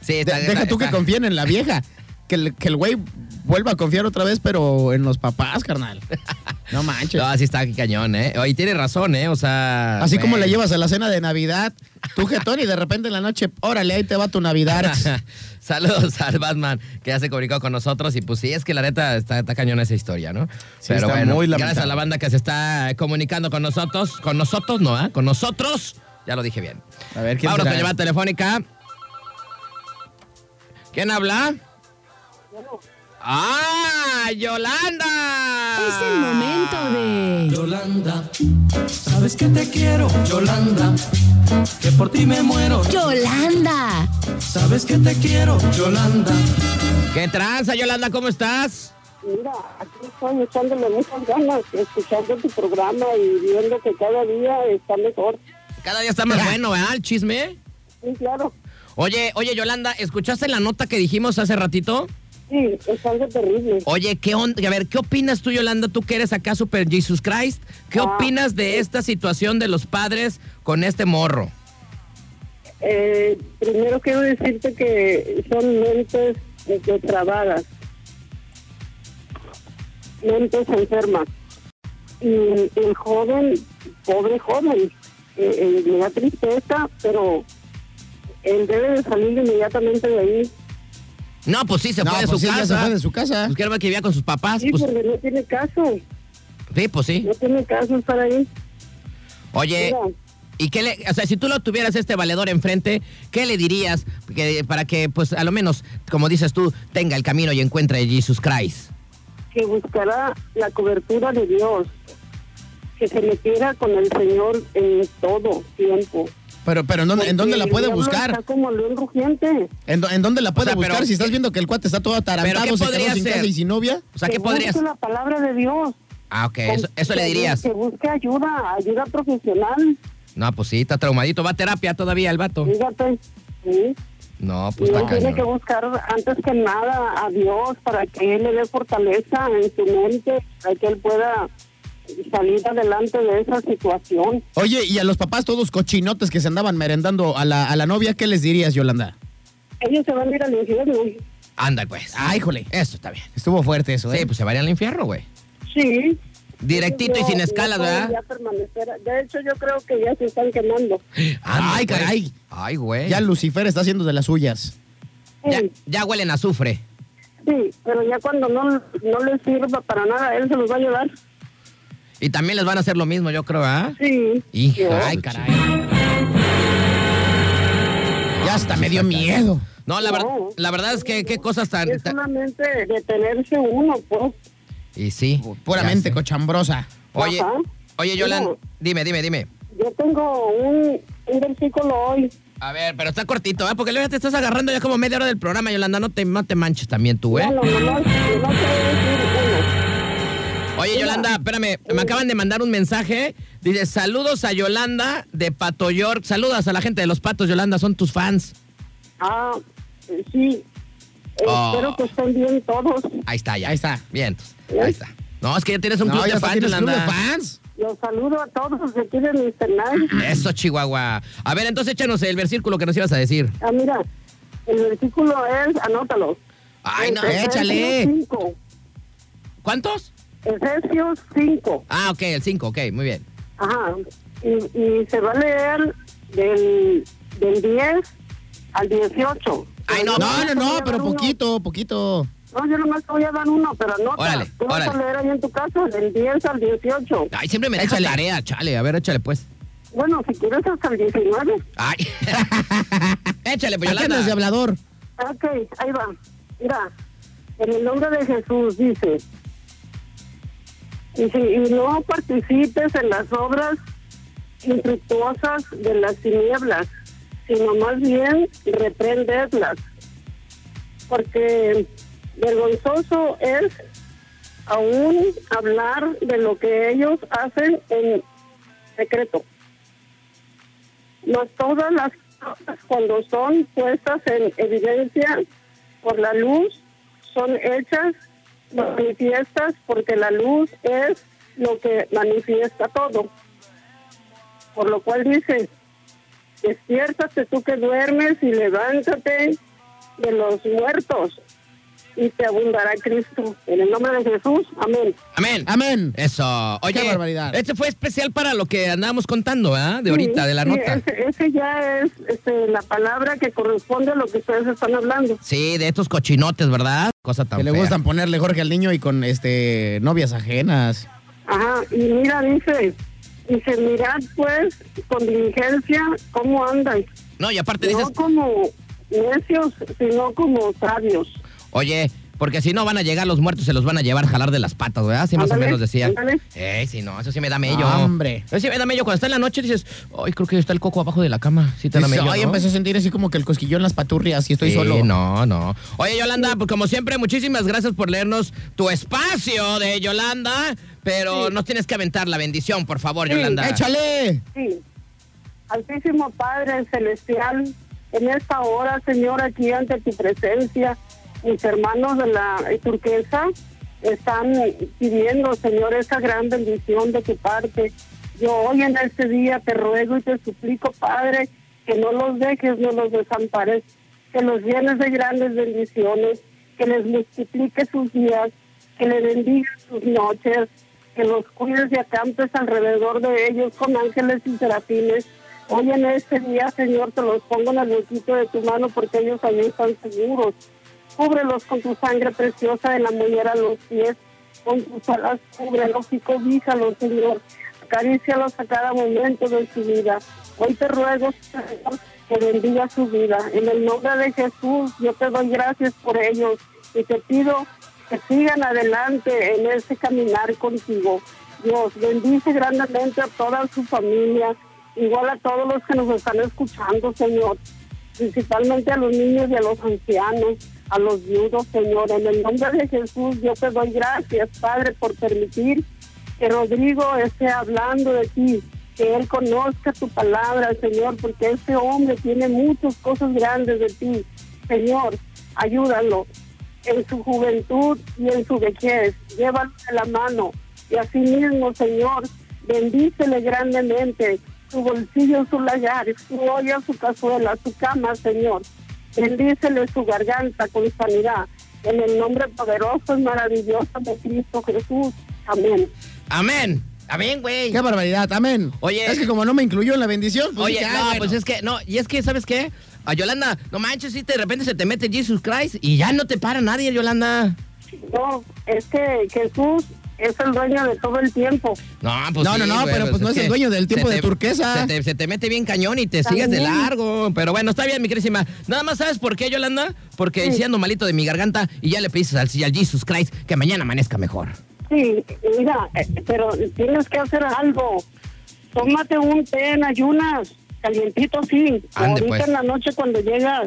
Sí, De- está, deja está- tú que está. confíen en la vieja. Que el, que el güey vuelva a confiar otra vez, pero en los papás, carnal. No manches. No, sí está cañón, ¿eh? Oye, tiene razón, ¿eh? O sea. Así como le güey. llevas a la cena de Navidad, tú jetón, y de repente en la noche, órale, ahí te va tu Navidad. Saludos al Batman que ya se comunicó con nosotros y pues sí, es que la neta está, está cañona esa historia, ¿no? Sí, está muy lamentable. gracias a la banda que se está comunicando con nosotros, con nosotros, ¿no? ah? Con nosotros, ya lo dije bien. A ver, ¿quién Vámonos será? con llamada telefónica. ¿Quién habla? ¡Ah! ¡Yolanda! Es el momento de Yolanda, sabes que te quiero, Yolanda, que por ti me muero, Yolanda. sabes que te quiero, Yolanda. ¿Qué tranza, Yolanda? ¿Cómo estás? Mira, aquí estoy echándole muchas ganas, escuchando tu programa y viendo que cada día está mejor. Cada día está más bueno, ¿verdad? El chisme. Sí, claro. Oye, oye, Yolanda, ¿escuchaste la nota que dijimos hace ratito? Sí, es algo terrible. Oye, ¿qué onda? A ver, ¿qué opinas tú, Yolanda? Tú que eres acá Super Jesus Christ. ¿Qué Ah. opinas de esta situación de los padres con este morro? Eh, primero quiero decirte que son mentes este, depravadas, mentes enfermas. Y el joven, pobre joven, eh, eh, me da tristeza, pero él debe de salir inmediatamente de ahí. No, pues sí, se No, fue de su pues sí, ya casa. se fue de su casa. Pues quiero ver que vivía con sus papás. Sí, pues, porque no tiene caso, sí, pues sí. no tiene caso estar ahí. Oye, Mira. ¿y qué le, o sea, si tú lo tuvieras este valedor enfrente, ¿qué le dirías que- para que, pues, a lo menos, como dices tú, tenga el camino y encuentre a Jesus Christ? que buscara la cobertura de Dios, que se metiera con el Señor en todo tiempo. Pero, pero ¿en dónde, en dónde Porque la el puede diablo buscar? Está como león rugiente. ¿En, dó- en dónde la puede sea, buscar? pero- si estás viendo que el cuate está todo ¿Pero atarantado, qué se quedó podría sin ser? casa y sin novia. O sea, Que ¿qué podrías...? busque la palabra de Dios. Ah, ok, eso, eso le Que- dirías. Que busque ayuda, ayuda profesional. No, pues sí, está traumadito. Va a terapia todavía el vato. Fíjate. ¿sí? No, pues Y está él tiene que cañón. buscar antes que nada a Dios para que Él le dé fortaleza en su mente, para que Él pueda salir adelante de esa situación. Oye, y a los papás todos cochinotes que se andaban merendando a la, a la novia, ¿qué les dirías, Yolanda? Ellos se van a ir al infierno. Anda, pues. Ah, híjole. Eso está bien. Estuvo fuerte eso, ¿eh? Sí, pues se varía al infierno, güey. Sí. Directito y No, sin no escalas, pueden ¿verdad? ya permanecer. De hecho, yo creo que ya se están quemando. Anda, Ay, pues. caray. Ay, güey. Ya Ya, Lucifer está haciendo de las suyas. ya huelen a azufre. Sí, pero ya cuando no, no le sirva para nada, él se los va a llevar. Y también les van a hacer lo mismo, yo creo, ¿ah? Sí. Hija, ay, caray. Ya hasta me dio miedo. No, la, ver- No. la verdad es que qué cosas tan... Es tan- solamente detenerse uno, pues. Y sí. Puramente ya sé. cochambrosa. Oye, Ajá. oye, Yolanda, Mira, dime, dime, dime. Yo tengo un, un versículo hoy. A ver, pero está cortito, ¿eh? Porque luego ya te estás agarrando ya como media hora del programa, Yolanda. No te, no te manches también tú, ¿eh? Bueno, no, no, no te voy a decir uno. Oye, Yolanda, espérame. Me acaban de mandar un mensaje. Dice, saludos a Yolanda de Pato York. Saludas a la gente de Los Patos, Yolanda. Son tus fans. Ah, eh, sí. Eh, Ah. Espero que estén bien todos. Ahí está, ya. Ahí está. Bien, entonces, ahí está. No, es que ya tienes un No, club ya de hasta fans, tienes club Yolanda. Pues de fans. Los saludo a todos de aquí de Mr. Nice. Eso, Chihuahua. A ver, entonces échanos el versículo que nos ibas a decir. Ah, mira, el versículo es, anótalo. Ay, no, Efesios échale. 5. ¿Cuántos? Efesios 5. Ah, ok, el 5, ok, muy bien. Ajá. Y, y se va a leer del, del 10 al 18. Ay, no, Pero No, yo no, nomás te voy a no, dar pero uno. poquito, poquito. No, yo nomás te voy a dar uno, pero anota. Órale, Tú vas órale. a leer ahí en tu casa del 10 al 18. Ay, siempre me dejas tarea, chale. A ver, échale, pues. Bueno, si quieres hasta el 19. Ay. échale, pues, ¿Para qué Yolanda. andas de hablador? Ok, ahí va. Mira, en el nombre de Jesús dice, y si y no participes en las obras infructuosas de las tinieblas, sino más bien reprenderlas, porque vergonzoso es aún hablar de lo que ellos hacen en secreto mas todas las cosas cuando son puestas en evidencia por la luz son hechas manifiestas porque la luz es lo que manifiesta todo. Por lo cual dice, despiértate tú que duermes y levántate de los muertos y te abundará Cristo. En el nombre de Jesús, amén. Amén. Amén. Eso. Oye, Qué barbaridad. Este fue especial para lo que andábamos contando, ¿ah? De Sí, ahorita, de la sí, nota. Ese, ese ya es este, la palabra que corresponde a lo que ustedes están hablando. Sí, de estos cochinotes, ¿verdad? Cosa tan Que le fea. gustan ponerle Jorge al niño y con este novias ajenas. Ajá, y mira, dice, dice, mirad pues con diligencia cómo andan, No, y aparte dices, no como necios, sino como sabios. oye, porque si no van a llegar los muertos, se los van a llevar a jalar de las patas, ¿verdad? Sí, más o Ándale, menos decían. ándale. Eh, sí, no, eso sí me da mello. Hombre. Eso sí me da mello. Cuando está en la noche dices, ay, creo que está el coco abajo de la cama. Sí te da Dice, mello, Ay, ¿no? empecé a sentir así como que el cosquillón en las paturrias y estoy Sí, solo. no, no. Oye, Yolanda, pues como siempre, muchísimas gracias por leernos tu espacio de Yolanda, pero nos tienes que aventar la bendición, por favor, Sí. Yolanda. ¡Échale! Sí. Altísimo Padre Celestial, en esta hora, Señor, aquí ante tu presencia, mis hermanos de la turquesa están pidiendo, Señor, esa gran bendición de tu parte. Yo hoy en este día te ruego y te suplico, Padre, que no los dejes, no los desampares, que los llenes de grandes bendiciones, que les multiplique sus días, que les bendiga sus noches, que los cuides y acampes pues, alrededor de ellos con ángeles y serafines. Hoy en este día, Señor, te los pongo en el huequito de tu mano porque ellos allí están seguros. Cúbrelos con tu sangre preciosa de la mujer a los pies, con tus alas cúbrelos y cobíjalos, Señor. Acarícialos a cada momento de su vida. Hoy te ruego, Señor, que bendiga su vida. En el nombre de Jesús, yo te doy gracias por ellos y te pido que sigan adelante en ese caminar contigo. Dios bendice grandemente a toda su familia, igual a todos los que nos están escuchando, Señor, principalmente a los niños y a los ancianos, a los viudos, Señor. En el nombre de Jesús, yo te doy gracias, Padre, por permitir que Rodrigo esté hablando de ti, que él conozca tu palabra, Señor, porque este hombre tiene muchas cosas grandes de ti. Señor, ayúdalo en su juventud y en su vejez. Llévalo de la mano y así mismo, Señor, bendícele grandemente su bolsillo, su lagar, su olla, su cazuela, su cama, Señor. Bendícele su garganta con sanidad. En el nombre poderoso y maravilloso de Cristo Jesús. Amén. Amén. Amén, güey. ¡Qué barbaridad! ¡Amén! Oye. Es que como no me incluyó en la bendición, pues Oye, dije, ah, no, bueno. pues es que, no, y es que, ¿sabes qué? a Yolanda, no manches, si de repente se te mete Jesus Christ y ya no te para nadie, Yolanda. No, es que Jesús es el dueño de todo el tiempo. No, pues No, sí, no, no, güey, pero pues no es el que dueño del se tiempo de te- turquesa. Se te, se te mete bien cañón y te sigues de También. largo. Pero bueno, está bien, mi querísima. Nada más, ¿sabes por qué, Yolanda? Porque Sí. siendo malito de mi garganta y ya le pediste al, al Jesus Christ que mañana amanezca mejor. Sí, mira, eh, pero tienes que hacer algo. Tómate un té en ayunas, calientito sí. Ande, Ahorita pues. en la noche cuando llegas.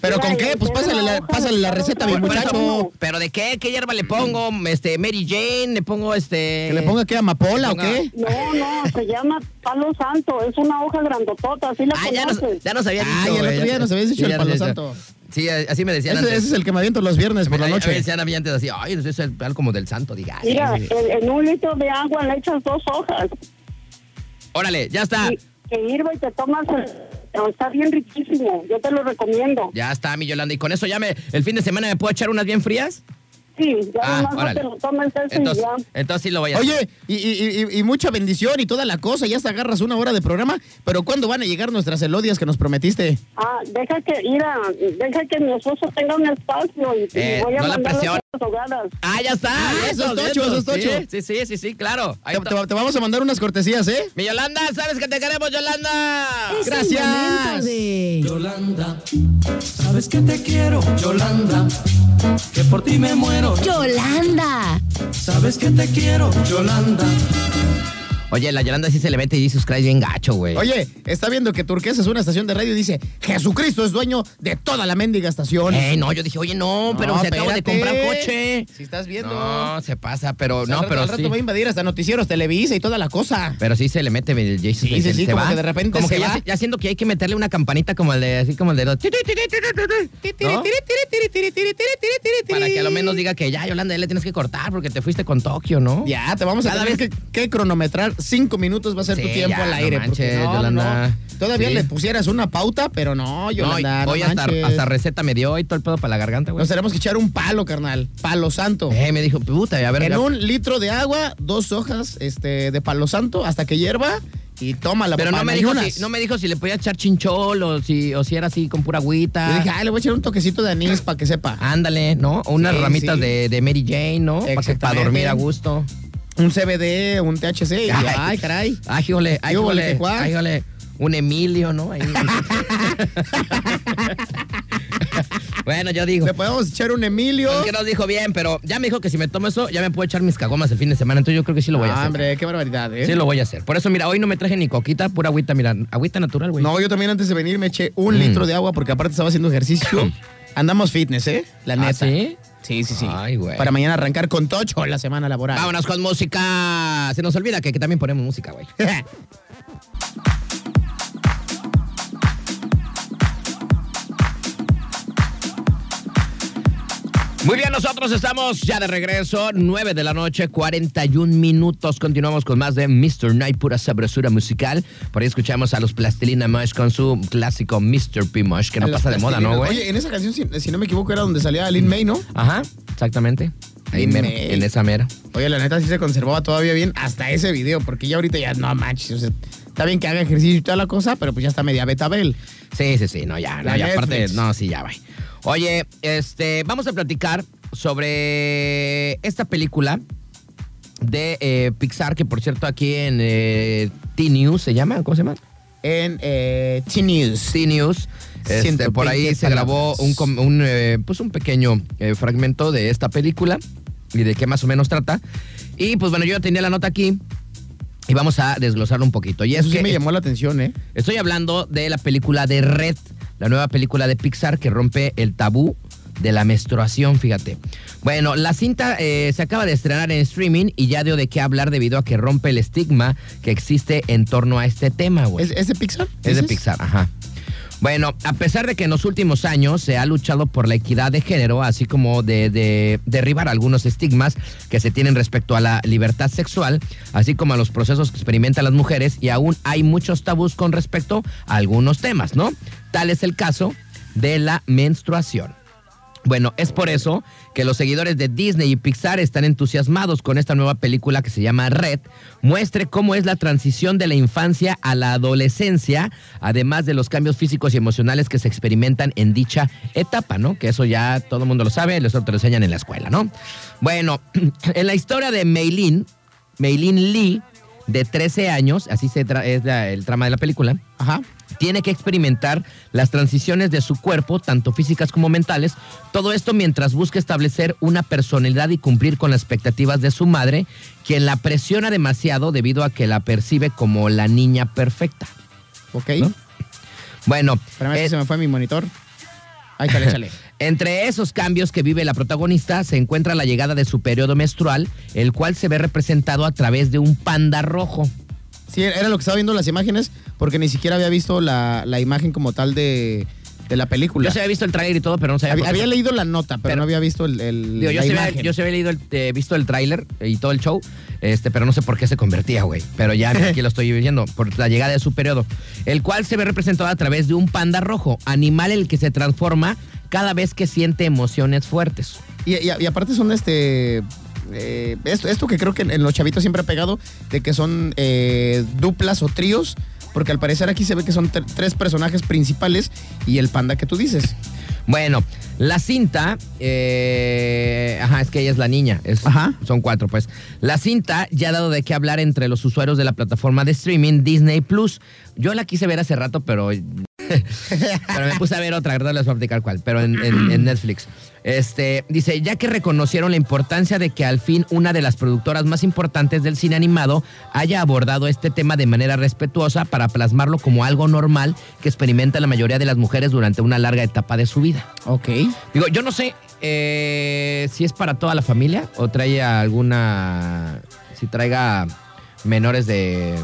¿Pero Mira, con y qué? Pues ten pásale una la, hoja pásale de la cada receta, mi uno. muchacho. ¿Pero de qué? ¿Qué hierba le pongo? Este, Mary Jane, le pongo este... ¿Que le ponga qué? ¿Amapola o qué? No, no, se llama palo santo, es una hoja grandotota, así la Ah, ya nos, conoces. ya nos habían dicho. Ah, ya el güey, otro día nos habías dicho el ya palo nos habían santo. dicho. Sí, así me decían Ese, antes. ese es el que me aviento los viernes por la A- a- A noche. decían a mí antes así, ay, ese es el como del santo, diga. ay, Mira, ay, ay. en, en un litro de agua le echas dos hojas Órale, ya está. y que hirva y te tomas. el- Está bien riquísimo, yo te lo recomiendo. Ya está, mi Yolanda. Y con eso ya me, el fin de semana me puedo echar unas bien frías. Sí, ya Ah, nomás no órale. te lo tomes eso Entonces, y ya. entonces sí lo voy a hacer. Oye, y, y- y- y mucha bendición y toda la cosa, ya hasta agarras una hora de programa, pero ¿cuándo van a llegar nuestras elodias que nos prometiste? Ah, deja que, mira, deja que mi esposo tenga un espacio y, y Eh, voy a no la mandar presione. las hogadas. Ah, ya está. Ah, eso es Vientos, tocho, eso vientos. es tocho. Sí, sí, sí, sí, sí, claro. Ahí Te, está. te- te vamos a mandar unas cortesías, ¿eh? Mi Yolanda, sabes que te queremos, Yolanda. Es Gracias. el momento de... Yolanda, sabes que te quiero, Yolanda, que por ti me muero. Yolanda. Sabes que te quiero, Yolanda. Oye, la Yolanda sí se le mete y Jesus Christ bien gacho, güey. Oye, está viendo que Turquesa es una estación de radio y dice, Jesucristo es dueño de toda la mendiga estación. Eh, no, yo dije, oye, no, pero No, se acaba de espérate. comprar coche. Si estás viendo. No, se pasa, pero O sea, no, al- pero al rato sí. va a invadir hasta noticieros, Televisa y toda la cosa. Pero sí se le mete el Jason. Sí, sí, sí, se como va. que de repente Como se que ya, va. si- ya siento que hay que meterle una campanita como el de, así como el de los... ¿no? Para que a lo menos diga que ya, Yolanda, ya le tienes que cortar porque te fuiste con Tokio, ¿no? Ya, te vamos a Cada tener vez- que, que cronometrar. Cinco minutos va a ser Sí, tu tiempo ya, al no aire. porque manches, no, Yolanda. no. Todavía Sí. le pusieras una pauta, pero no, No, y Yolanda. No, hoy hasta, manches. hasta receta me dio y todo el pedo para la garganta, güey. Nos tenemos que echar un palo, carnal. Palo santo. Eh, me dijo, puta, a ver... En ya- un litro de agua, dos hojas este, de palo santo hasta que hierva y toma la Pero no me, dijo si, no me dijo si le podía echar chinchol o si, o si era así con pura agüita. Yo dije, ay, le voy a echar un toquecito de anís para que sepa. Ah. Ándale, ¿no? O unas Sí, ramitas sí. De, de Mary Jane, ¿no? Para que- Para Exactamente. dormir a gusto. Un CBD, un THC. y ya, ay, caray. Ay, jole, ay, ¿Qué hubo, jole, le, cuá? ay, jole. Un Emilio, ¿no? Ahí. bueno, yo digo. Le podemos echar un Emilio. Es que nos dijo bien, pero ya me dijo que si me tomo eso, ya me puedo echar mis cagomas el fin de semana. Entonces yo creo que sí lo voy a Ah, hacer. hombre, qué barbaridad, ¿eh? Sí lo voy a hacer. Por eso, mira, hoy no me traje ni coquita, pura agüita, mira, agüita natural, güey. No, yo también antes de venir me eché un litro de agua porque aparte estaba haciendo ejercicio. Andamos fitness, ¿eh? La ¿Ah, neta. sí? Sí, sí, sí. Ay, güey. Para mañana arrancar con tocho la semana laboral. Vámonos con música. Se nos olvida que, que también ponemos música, güey. Muy bien, nosotros estamos ya de regreso, 9 de la noche, 41 minutos. Continuamos con más de Mr. Night, pura sabrosura musical. Por ahí escuchamos a los Plastilina Mush con su clásico Mr. P. Mush, que no A las pasa de moda, ¿no, plastilinas. güey? Oye, en esa canción, si, si no me equivoco, era donde salía Lin May, ¿no? Ajá, exactamente. Ahí Lin mero, May. en esa mera. Oye, la neta sí se conservaba todavía bien hasta ese video, porque ya ahorita ya no manches. o sea, está bien que haga ejercicio y toda la cosa, pero pues ya está media betabel. Sí, sí, sí, no, ya, no, La ya, aparte, Netflix. no, sí, ya va. Oye, este, vamos a platicar sobre esta película de eh, Pixar, que por cierto aquí en eh, T-News se llama, ¿cómo se llama? En eh, T-News. C-News. Este, 120 por ahí se palabras. grabó un, com- un, eh, pues un pequeño eh, fragmento de esta película y de qué más o menos trata. Y pues bueno, yo ya tenía la nota aquí y vamos a desglosarlo un poquito. Y es Eso sí que me llamó la atención, ¿eh? Estoy hablando de la película de Red, la nueva película de Pixar que rompe el tabú de la menstruación, fíjate. Bueno, la cinta eh, se acaba de estrenar en streaming y ya dio de qué hablar debido a que rompe el estigma que existe en torno a este tema, güey. ¿Es, es de Pixar? Es de dices? Pixar, ajá. Bueno, a pesar de que en los últimos años se ha luchado por la equidad de género, así como de, de derribar algunos estigmas que se tienen respecto a la libertad sexual, así como a los procesos que experimentan las mujeres, y aún hay muchos tabús con respecto a algunos temas, ¿no? Tal es el caso de la menstruación. Bueno, es por eso que los seguidores de Disney y Pixar están entusiasmados con esta nueva película que se llama Red. Muestre cómo es la transición de la infancia a la adolescencia, además de los cambios físicos y emocionales que se experimentan en dicha etapa, ¿no? Que eso ya todo el mundo lo sabe, eso te lo enseñan en la escuela, ¿no? Bueno, en la historia de Meilin, Meilin Lee, de 13 años, así se tra- es la- el trama de la película, Ajá. tiene que experimentar las transiciones de su cuerpo, tanto físicas como mentales, todo esto mientras busca establecer una personalidad y cumplir con las expectativas de su madre, quien la presiona demasiado debido a que la percibe como la niña perfecta. Ok. ¿No? Bueno, Espérame, es que eh, se me fue mi monitor. Ahí está, échale. entre esos cambios que vive la protagonista se encuentra la llegada de su periodo menstrual, el cual se ve representado a través de un panda rojo. Sí, era lo que estaba viendo las imágenes, porque ni siquiera había visto la, la imagen como tal de, de la película. Yo se había visto el tráiler y todo, pero no sabía había, por qué. había leído la nota, pero, Pero- no había visto el, el- Digo, yo, la sí había, imagen. yo sí había leído el- eh, visto el tráiler y todo el show, este, pero no sé por qué se convertía, güey. Pero ya mira, aquí lo estoy viviendo, por la llegada de su periodo, el cual se ve representado a través de un panda rojo, animal el que se transforma cada vez que siente emociones fuertes. Y, y- y aparte son este. eh, esto, esto que creo que en, en los chavitos siempre ha pegado, de que son eh, duplas o tríos, porque al parecer aquí se ve que son tre- tres personajes principales y el panda que tú dices. Bueno, la cinta, eh, ajá, es que ella es la niña, es- Ajá. son cuatro pues. La cinta ya ha dado de qué hablar entre los usuarios de la plataforma de streaming Disney Plus. Yo la quise ver hace rato, pero, pero me puse a ver otra, ¿verdad? Les voy a platicar cuál, pero en, en- en Netflix. Este, dice, ya que reconocieron la importancia de que al fin una de las productoras más importantes del cine animado haya abordado este tema de manera respetuosa para plasmarlo como algo normal que experimenta la mayoría de las mujeres durante una larga etapa de su vida. Ok. Digo, yo no sé eh, si es para toda la familia o trae alguna. Si traiga menores de.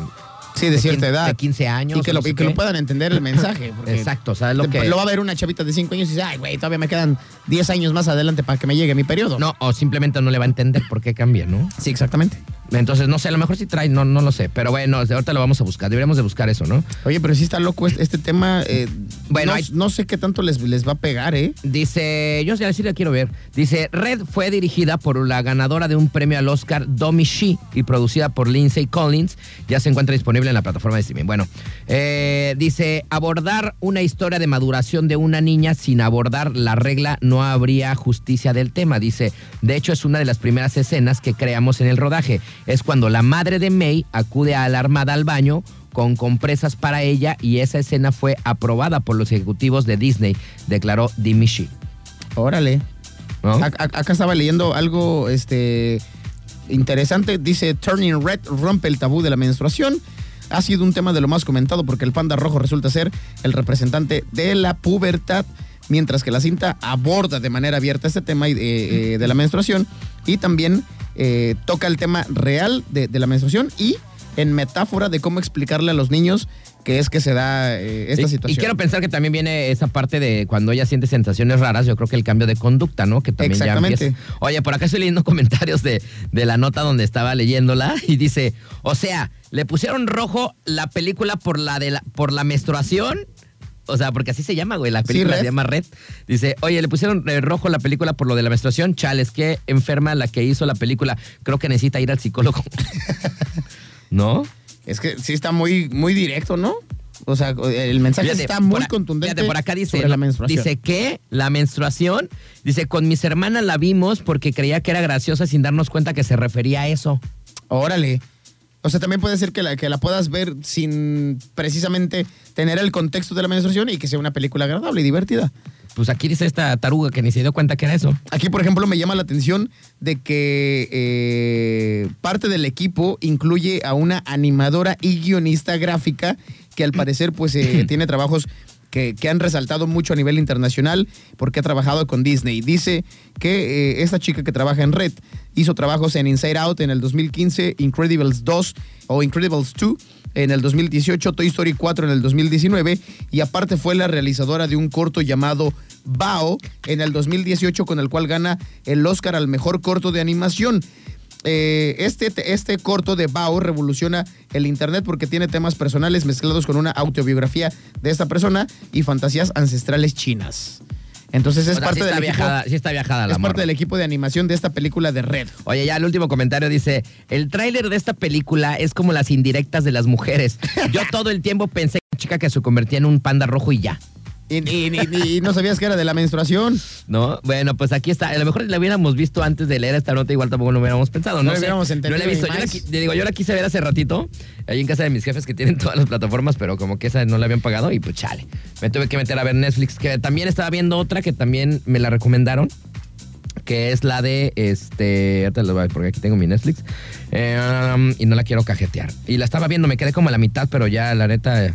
Sí, de cierta quin- edad. De 15 años. y que, o lo, no sé y que lo qué. puedan entender el mensaje. porque Exacto, o sea, es lo te- que. va a ver una chavita de 5 años y dice, ay, güey, todavía me quedan 10 años más adelante para que me llegue mi periodo. No, o simplemente no le va a entender por qué cambia, ¿no? Sí, exactamente. Entonces, no sé, a lo mejor sí trae, no, no lo sé. Pero bueno, de ahorita lo vamos a buscar. Deberíamos de buscar eso, ¿no? Oye, pero sí está loco este, este tema. eh, Bueno, no, hay- no sé qué tanto les, les va a pegar, ¿eh? Dice, yo sí la quiero ver. Dice, Red fue dirigida por la ganadora de un premio al Oscar, Domi Shi, y producida por Lindsay Collins. Ya se encuentra disponible en la plataforma de streaming. Bueno, eh, dice, abordar una historia de maduración de una niña sin abordar la regla no habría justicia del tema. Dice, de hecho es una de las primeras escenas que creamos en el rodaje. Es cuando la madre de May acude alarmada al baño con compresas para ella y esa escena fue aprobada por los ejecutivos de Disney, declaró Dimishi. Órale. ¿no? Ac- ac- acá estaba leyendo algo este, interesante. Dice, Turning Red rompe el tabú de la menstruación. Ha sido un tema de lo más comentado porque el panda rojo resulta ser el representante de la pubertad, mientras que la cinta aborda de manera abierta este tema y, eh, eh, de la menstruación y también eh, toca el tema real de, de la menstruación y en metáfora de cómo explicarle a los niños que es que se da eh, esta y, situación. y quiero pensar que también viene esa parte de cuando ella siente sensaciones raras, yo creo que el cambio de conducta, ¿no? Que también ya Exactamente. empieza. Oye, por acá estoy leyendo comentarios de, de la nota donde estaba leyéndola y dice, o sea, le pusieron rojo la película por la, de la, por la menstruación. O sea, porque así se llama, güey, la Sí, película Red. se llama Red. Dice, oye, le pusieron eh, rojo la película por lo de la menstruación. Chales, qué enferma la que hizo la película. Creo que necesita ir al psicólogo. ¿No? Es que sí está muy, muy directo, ¿no? O sea, el mensaje Fíjate, está muy por a- contundente. fíjate, por acá dice, sobre la menstruación. dice que la menstruación, dice, con mis hermanas la vimos porque creía que era graciosa sin darnos cuenta que se refería a eso. Órale. O sea, también puede ser que la, que la puedas ver sin precisamente tener el contexto de la menstruación y que sea una película agradable y divertida. Pues aquí dice esta taruga que ni se dio cuenta que era eso. Aquí, por ejemplo, me llama la atención de que eh, parte del equipo incluye a una animadora y guionista gráfica que al parecer pues eh, tiene trabajos que, que han resaltado mucho a nivel internacional porque ha trabajado con Disney. Dice que eh, esta chica que trabaja en Red hizo trabajos en Inside Out en el 2015, Incredibles 2 o Incredibles 2 en el 2018, Toy Story 4 en el 2019 y aparte fue la realizadora de un corto llamado Bao en el 2018 con el cual gana el Oscar al mejor corto de animación. Eh, este, este corto de Bao revoluciona el Internet porque tiene temas personales mezclados con una autobiografía de esta persona y fantasías ancestrales chinas. Entonces O es sea, parte sí está del equipo. viajada, sí está viajada la es parte morra. del equipo de animación de esta película de Red. Oye, ya el último comentario dice, el tráiler de esta película es como las indirectas de las mujeres. Yo todo el tiempo pensé que una chica que se convertía en un panda rojo y ya. Y, y- y- y no sabías que era de la menstruación. ¿No? Bueno, pues aquí está. A lo mejor la hubiéramos visto antes de leer esta nota, igual tampoco lo hubiéramos pensado. No No, la sé. hubiéramos No la entendido he visto. ni Yo la, más. qui- te digo, yo la quise ver hace ratito, ahí en casa de mis jefes que tienen todas las plataformas, pero como que esa no la habían pagado y pues chale. Me tuve que meter a ver Netflix, que también estaba viendo otra que también me la recomendaron. Que es la de este. Ahorita les voy a ver porque aquí tengo mi Netflix. Eh, um, y no la quiero cajetear. Y la estaba viendo, me quedé como a la mitad, pero ya la neta.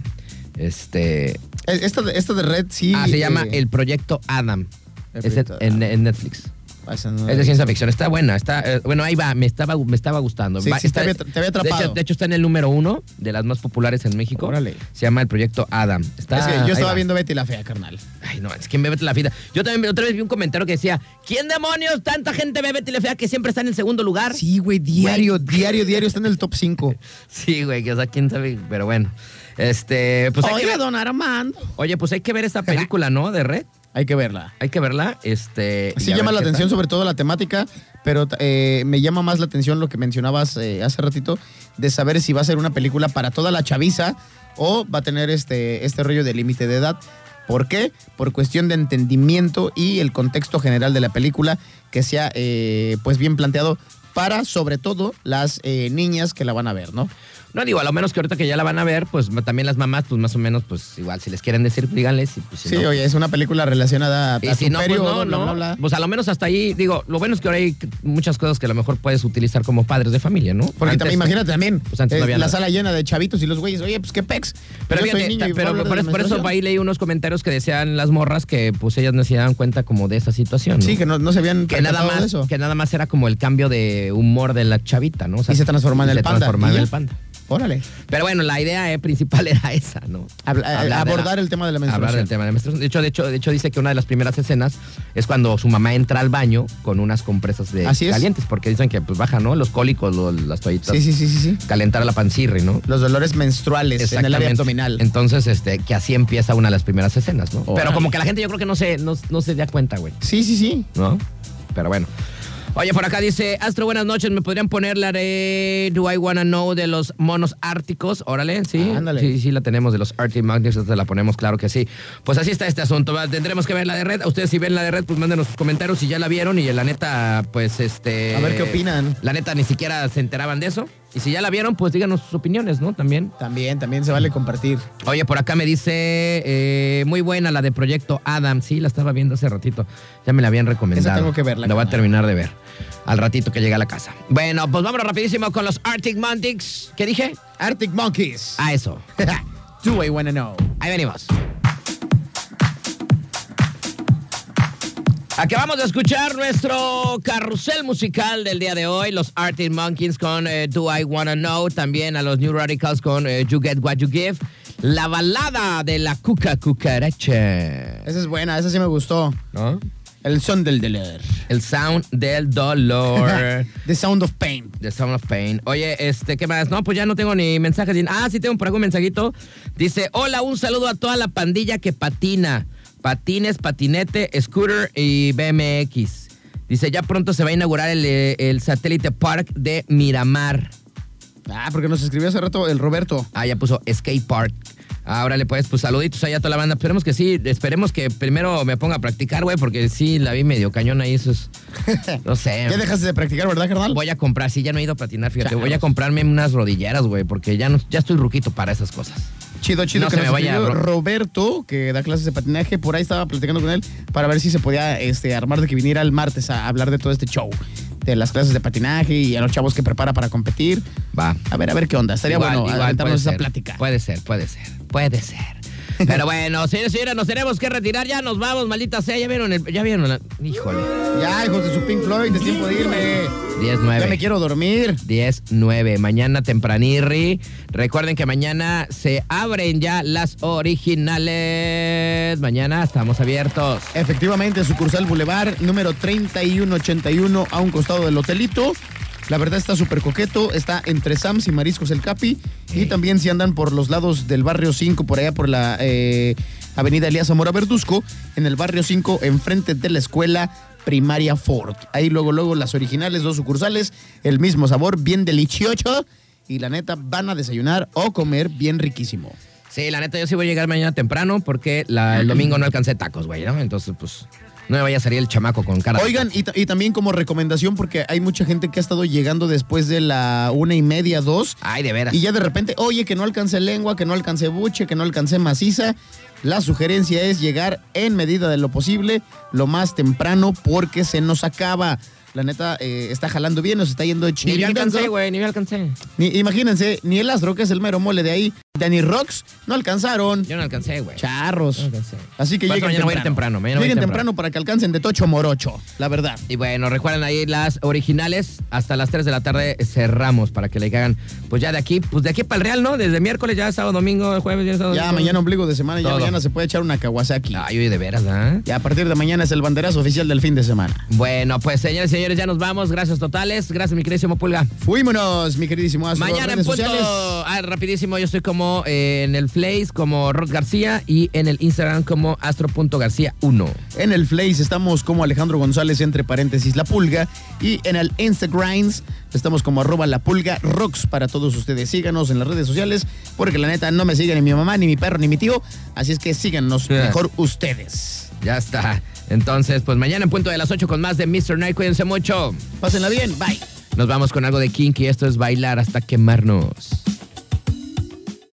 Este. Eh, Esta, de- esta de Red sí. ah, se llama eh, El Proyecto Adam. El Es en- Proyecto en- Adam. en Netflix. ah, esa no la Es de vi. ciencia ficción, está buena, está, eh, bueno, ahí va, me estaba, me estaba gustando. Sí, Va- sí, te está- había tra- te había de hecho- De atrapado. hecho, está en el número uno de las más populares en México. Órale. Se llama el proyecto Adam. Está, Es que Ah, ahí yo estaba va. viendo Betty la Fea, carnal. Ay, no, es que me vete la fida. Yo también otra vez vi un comentario que decía, ¿quién demonios tanta gente ve Betty la Fea que siempre está en el segundo lugar? Sí, güey, diario, diario, diario está en el top 5. Sí, güey, que o sea, quién sabe, pero bueno. Este, pues hay que ver- don Armando. Oye, pues hay que ver esa película, ¿no? De red. Hay que verla. Hay que verla. Este. Sí y a llama ver la qué atención tal. sobre todo la temática, pero eh, me llama más la atención lo que mencionabas eh, hace ratito de saber si va a ser una película para toda la chaviza o va a tener este, este rollo de límite de edad. ¿Por qué? Por cuestión de entendimiento y el contexto general de la película que sea eh, pues bien planteado para sobre todo las eh, niñas que la van a ver, ¿no? No digo, a lo menos que ahorita que ya la van a ver, pues ma- también las mamás, pues más o menos, pues igual, si les quieren decir, díganles. Y, pues, si Sí, no, oye, es una película relacionada a, Y a si tu no, pues periodo, no, bla, no. bla, bla. Pues a lo menos hasta ahí, digo, lo bueno es que ahora hay muchas cosas que a lo mejor puedes utilizar como padres de familia, ¿no? Porque Antes- también, imagínate también, Pues antes no eh, había la nada. sala llena de chavitos y los güeyes, oye, pues qué pex. Pero, Yo soy fíjate, niño ta- y voy a pero hablar de por, la por eso menstruación. ahí leí unos comentarios que decían las morras que pues ellas no se daban cuenta como de esa situación. ¿no? Sí, que no, no se habían Que nada percatado de más eso. que nada más era como el cambio de humor de la chavita, ¿no? O Y se transforma y en el se panda, transformaba ¿y en ya? el panda. Órale. Pero bueno, la idea eh, principal era esa, ¿no? Habla- eh, Hablar de la- abordar el tema de la Hablar menstruación. del tema de la menstruación. De hecho, de hecho, de hecho dice que una de las primeras escenas es cuando su mamá entra al baño con unas compresas de Así es. calientes, porque dicen que pues baja, ¿no? Los cólicos, lo- las toallitas. Sí, sí, sí, sí, sí. Calentar la pancirri, ¿no? Los dolores menstruales en el área Exactamente. abdominal. Entonces, este, que así empieza una de las primeras escenas, ¿no? Pero Órale. como que la gente yo creo que no se, no, no se da cuenta, güey. Sí, sí, sí. ¿No? Pero bueno. Oye, por acá dice, Astro, buenas noches. ¿Me podrían poner la de Do I Wanna Know de los monos árticos? Órale, sí. Ah, ándale. Sí, sí, la tenemos de los Arctic Magnets, te la ponemos, claro que sí. Pues así está este asunto. va, Tendremos que ver la de red. A ustedes si ven la de red, pues mándenos sus comentarios si ya la vieron y eh, la neta, pues este... A ver qué opinan. La neta ni siquiera se enteraban de eso. Y si ya la vieron, pues díganos sus opiniones, ¿no? También. También, también se vale compartir. Oye, por acá me dice, eh, muy buena la de Proyecto Adam. Sí, la estaba viendo hace ratito. Ya me la habían recomendado. Esa tengo que verla, La voy a carnal. terminar de ver. Al ratito que llegue a la casa. Bueno, pues vámonos rapidísimo con los Arctic Montics. ¿Qué dije? Arctic Monkeys. Ah, eso. Do I wanna know? Ahí venimos. Acabamos de escuchar nuestro carrusel musical del día de hoy, los Arctic Monkeys con eh, Do I Wanna Know, también a los New Radicals con eh, You Get What You Give, la balada de la cuca cucaracha, Esa es buena, esa sí me gustó. ¿no? El son del deler. El sound del dolor. The Sound of Pain. The Sound of Pain. Oye, este, ¿qué más? No, pues ya no tengo ni mensajes. ni- Ah, sí tengo por algún mensajito. Dice, hola, un saludo a toda la pandilla que patina. Patines, patinete, scooter y BMX. Dice, ya pronto se va a inaugurar el, eh, el satélite park de Miramar. Ah, porque nos escribió hace rato el Roberto. Ah, ya puso skate park. Ahora le puedes, pues saluditos allá a toda la banda. Esperemos que sí, esperemos que primero me ponga a practicar, güey, porque sí, la vi medio cañón ahí, esos... No sé. Ya dejaste de practicar, ¿verdad, carnal? Voy a comprar, sí, ya no he ido a patinar, fíjate. Voy a comprarme unas rodilleras, güey, porque ya, no, ya estoy ruquito para esas cosas. Chido, chido No que se nos me vaya, escribió Ro- Roberto, que da clases de patinaje. Por ahí estaba platicando con él para ver si se podía este, armar de que viniera el martes a hablar de todo este show. De las clases de patinaje y a los chavos que prepara para competir. Va. A ver, a ver qué onda. Estaría Igual, bueno igual, puede aventarnos esa ser. plática. Puede ser, puede ser, puede ser. Pero bueno, señores y señores, nos tenemos que retirar. Ya nos vamos, maldita sea. Ya vieron el. Ya vieron la. Híjole. Ya, hijos de su Pink Floyd, es tiempo de irme. Ya me 10-9. quiero dormir. 10-9. Mañana tempranirri. Recuerden que mañana se abren ya las originales. Mañana estamos abiertos. Efectivamente, sucursal Boulevard, número 3181, a un costado del hotelito. La verdad está súper coqueto, está entre Sams y Mariscos El Capi. Y también si andan por los lados del barrio 5, por allá por la eh, Avenida Elías Zamora Verduzco, en el barrio 5, enfrente de la escuela primaria Ford. Ahí luego, luego las originales, dos sucursales, el mismo sabor, bien delicioso. Y la neta, van a desayunar o comer bien riquísimo. Sí, la neta, yo sí voy a llegar mañana temprano porque la- el domingo no alcancé tacos, güey, ¿no? Entonces, pues, no me vaya a salir el chamaco con cara. de- Oigan, y, ta- y también como recomendación, porque hay mucha gente que ha estado llegando después de la una y media, dos, Ay, de veras. y ya de repente, oye, que no alcancé lengua, que no alcancé buche, que no alcancé maciza. La sugerencia es llegar en medida de lo posible, lo más temprano, porque se nos acaba. La neta eh, está jalando bien, nos está yendo Ni me chido. alcancé, güey, ni me alcancé. Imagínense, ni el Astro, que es el mero mole de ahí, Danny Rocks, no alcanzaron. Yo no alcancé, güey. Charros. No alcancé. Así que Por eso lleguen mañana voy a ir temprano, mañana voy a ir Lleguen temprano. temprano para que alcancen de tocho a morocho, la verdad. Y bueno, recuerden ahí las originales. Hasta las 3 de la tarde cerramos para que le hagan, pues ya de aquí, pues de aquí para el Real, ¿no? Desde miércoles, ya sábado, domingo, jueves, ya sábado. Ya domingo. mañana ombligo de semana, ya Todo. mañana se puede echar una Kawasaki. Ay, oye, de veras, ¿ah? Ya a partir de mañana es el banderazo oficial del fin de semana. Bueno, pues señores y señores, ya nos vamos. Gracias totales. Gracias, mi queridísimo Pulga. Fuímonos, mi queridísimo Astro. Mañana en redes punto. sociales. Ah, rapidísimo, yo estoy como eh, en el Face, como Rod García y en el Instagram como astro.garcía1. En el Face estamos como Alejandro González, entre paréntesis, La Pulga. Y en el Instagram estamos como arroba La Pulga Rocks para todos ustedes. Síganos en las redes sociales porque la neta no me sigue ni mi mamá, ni mi perro, ni mi tío. Así es que síganos Sí. mejor ustedes. Ya está. Entonces, pues mañana en punto de las 8 con más de Mr. Night. Cuídense mucho. Pásenla bien, bye. Nos vamos con algo de Kinky. Esto es bailar hasta quemarnos.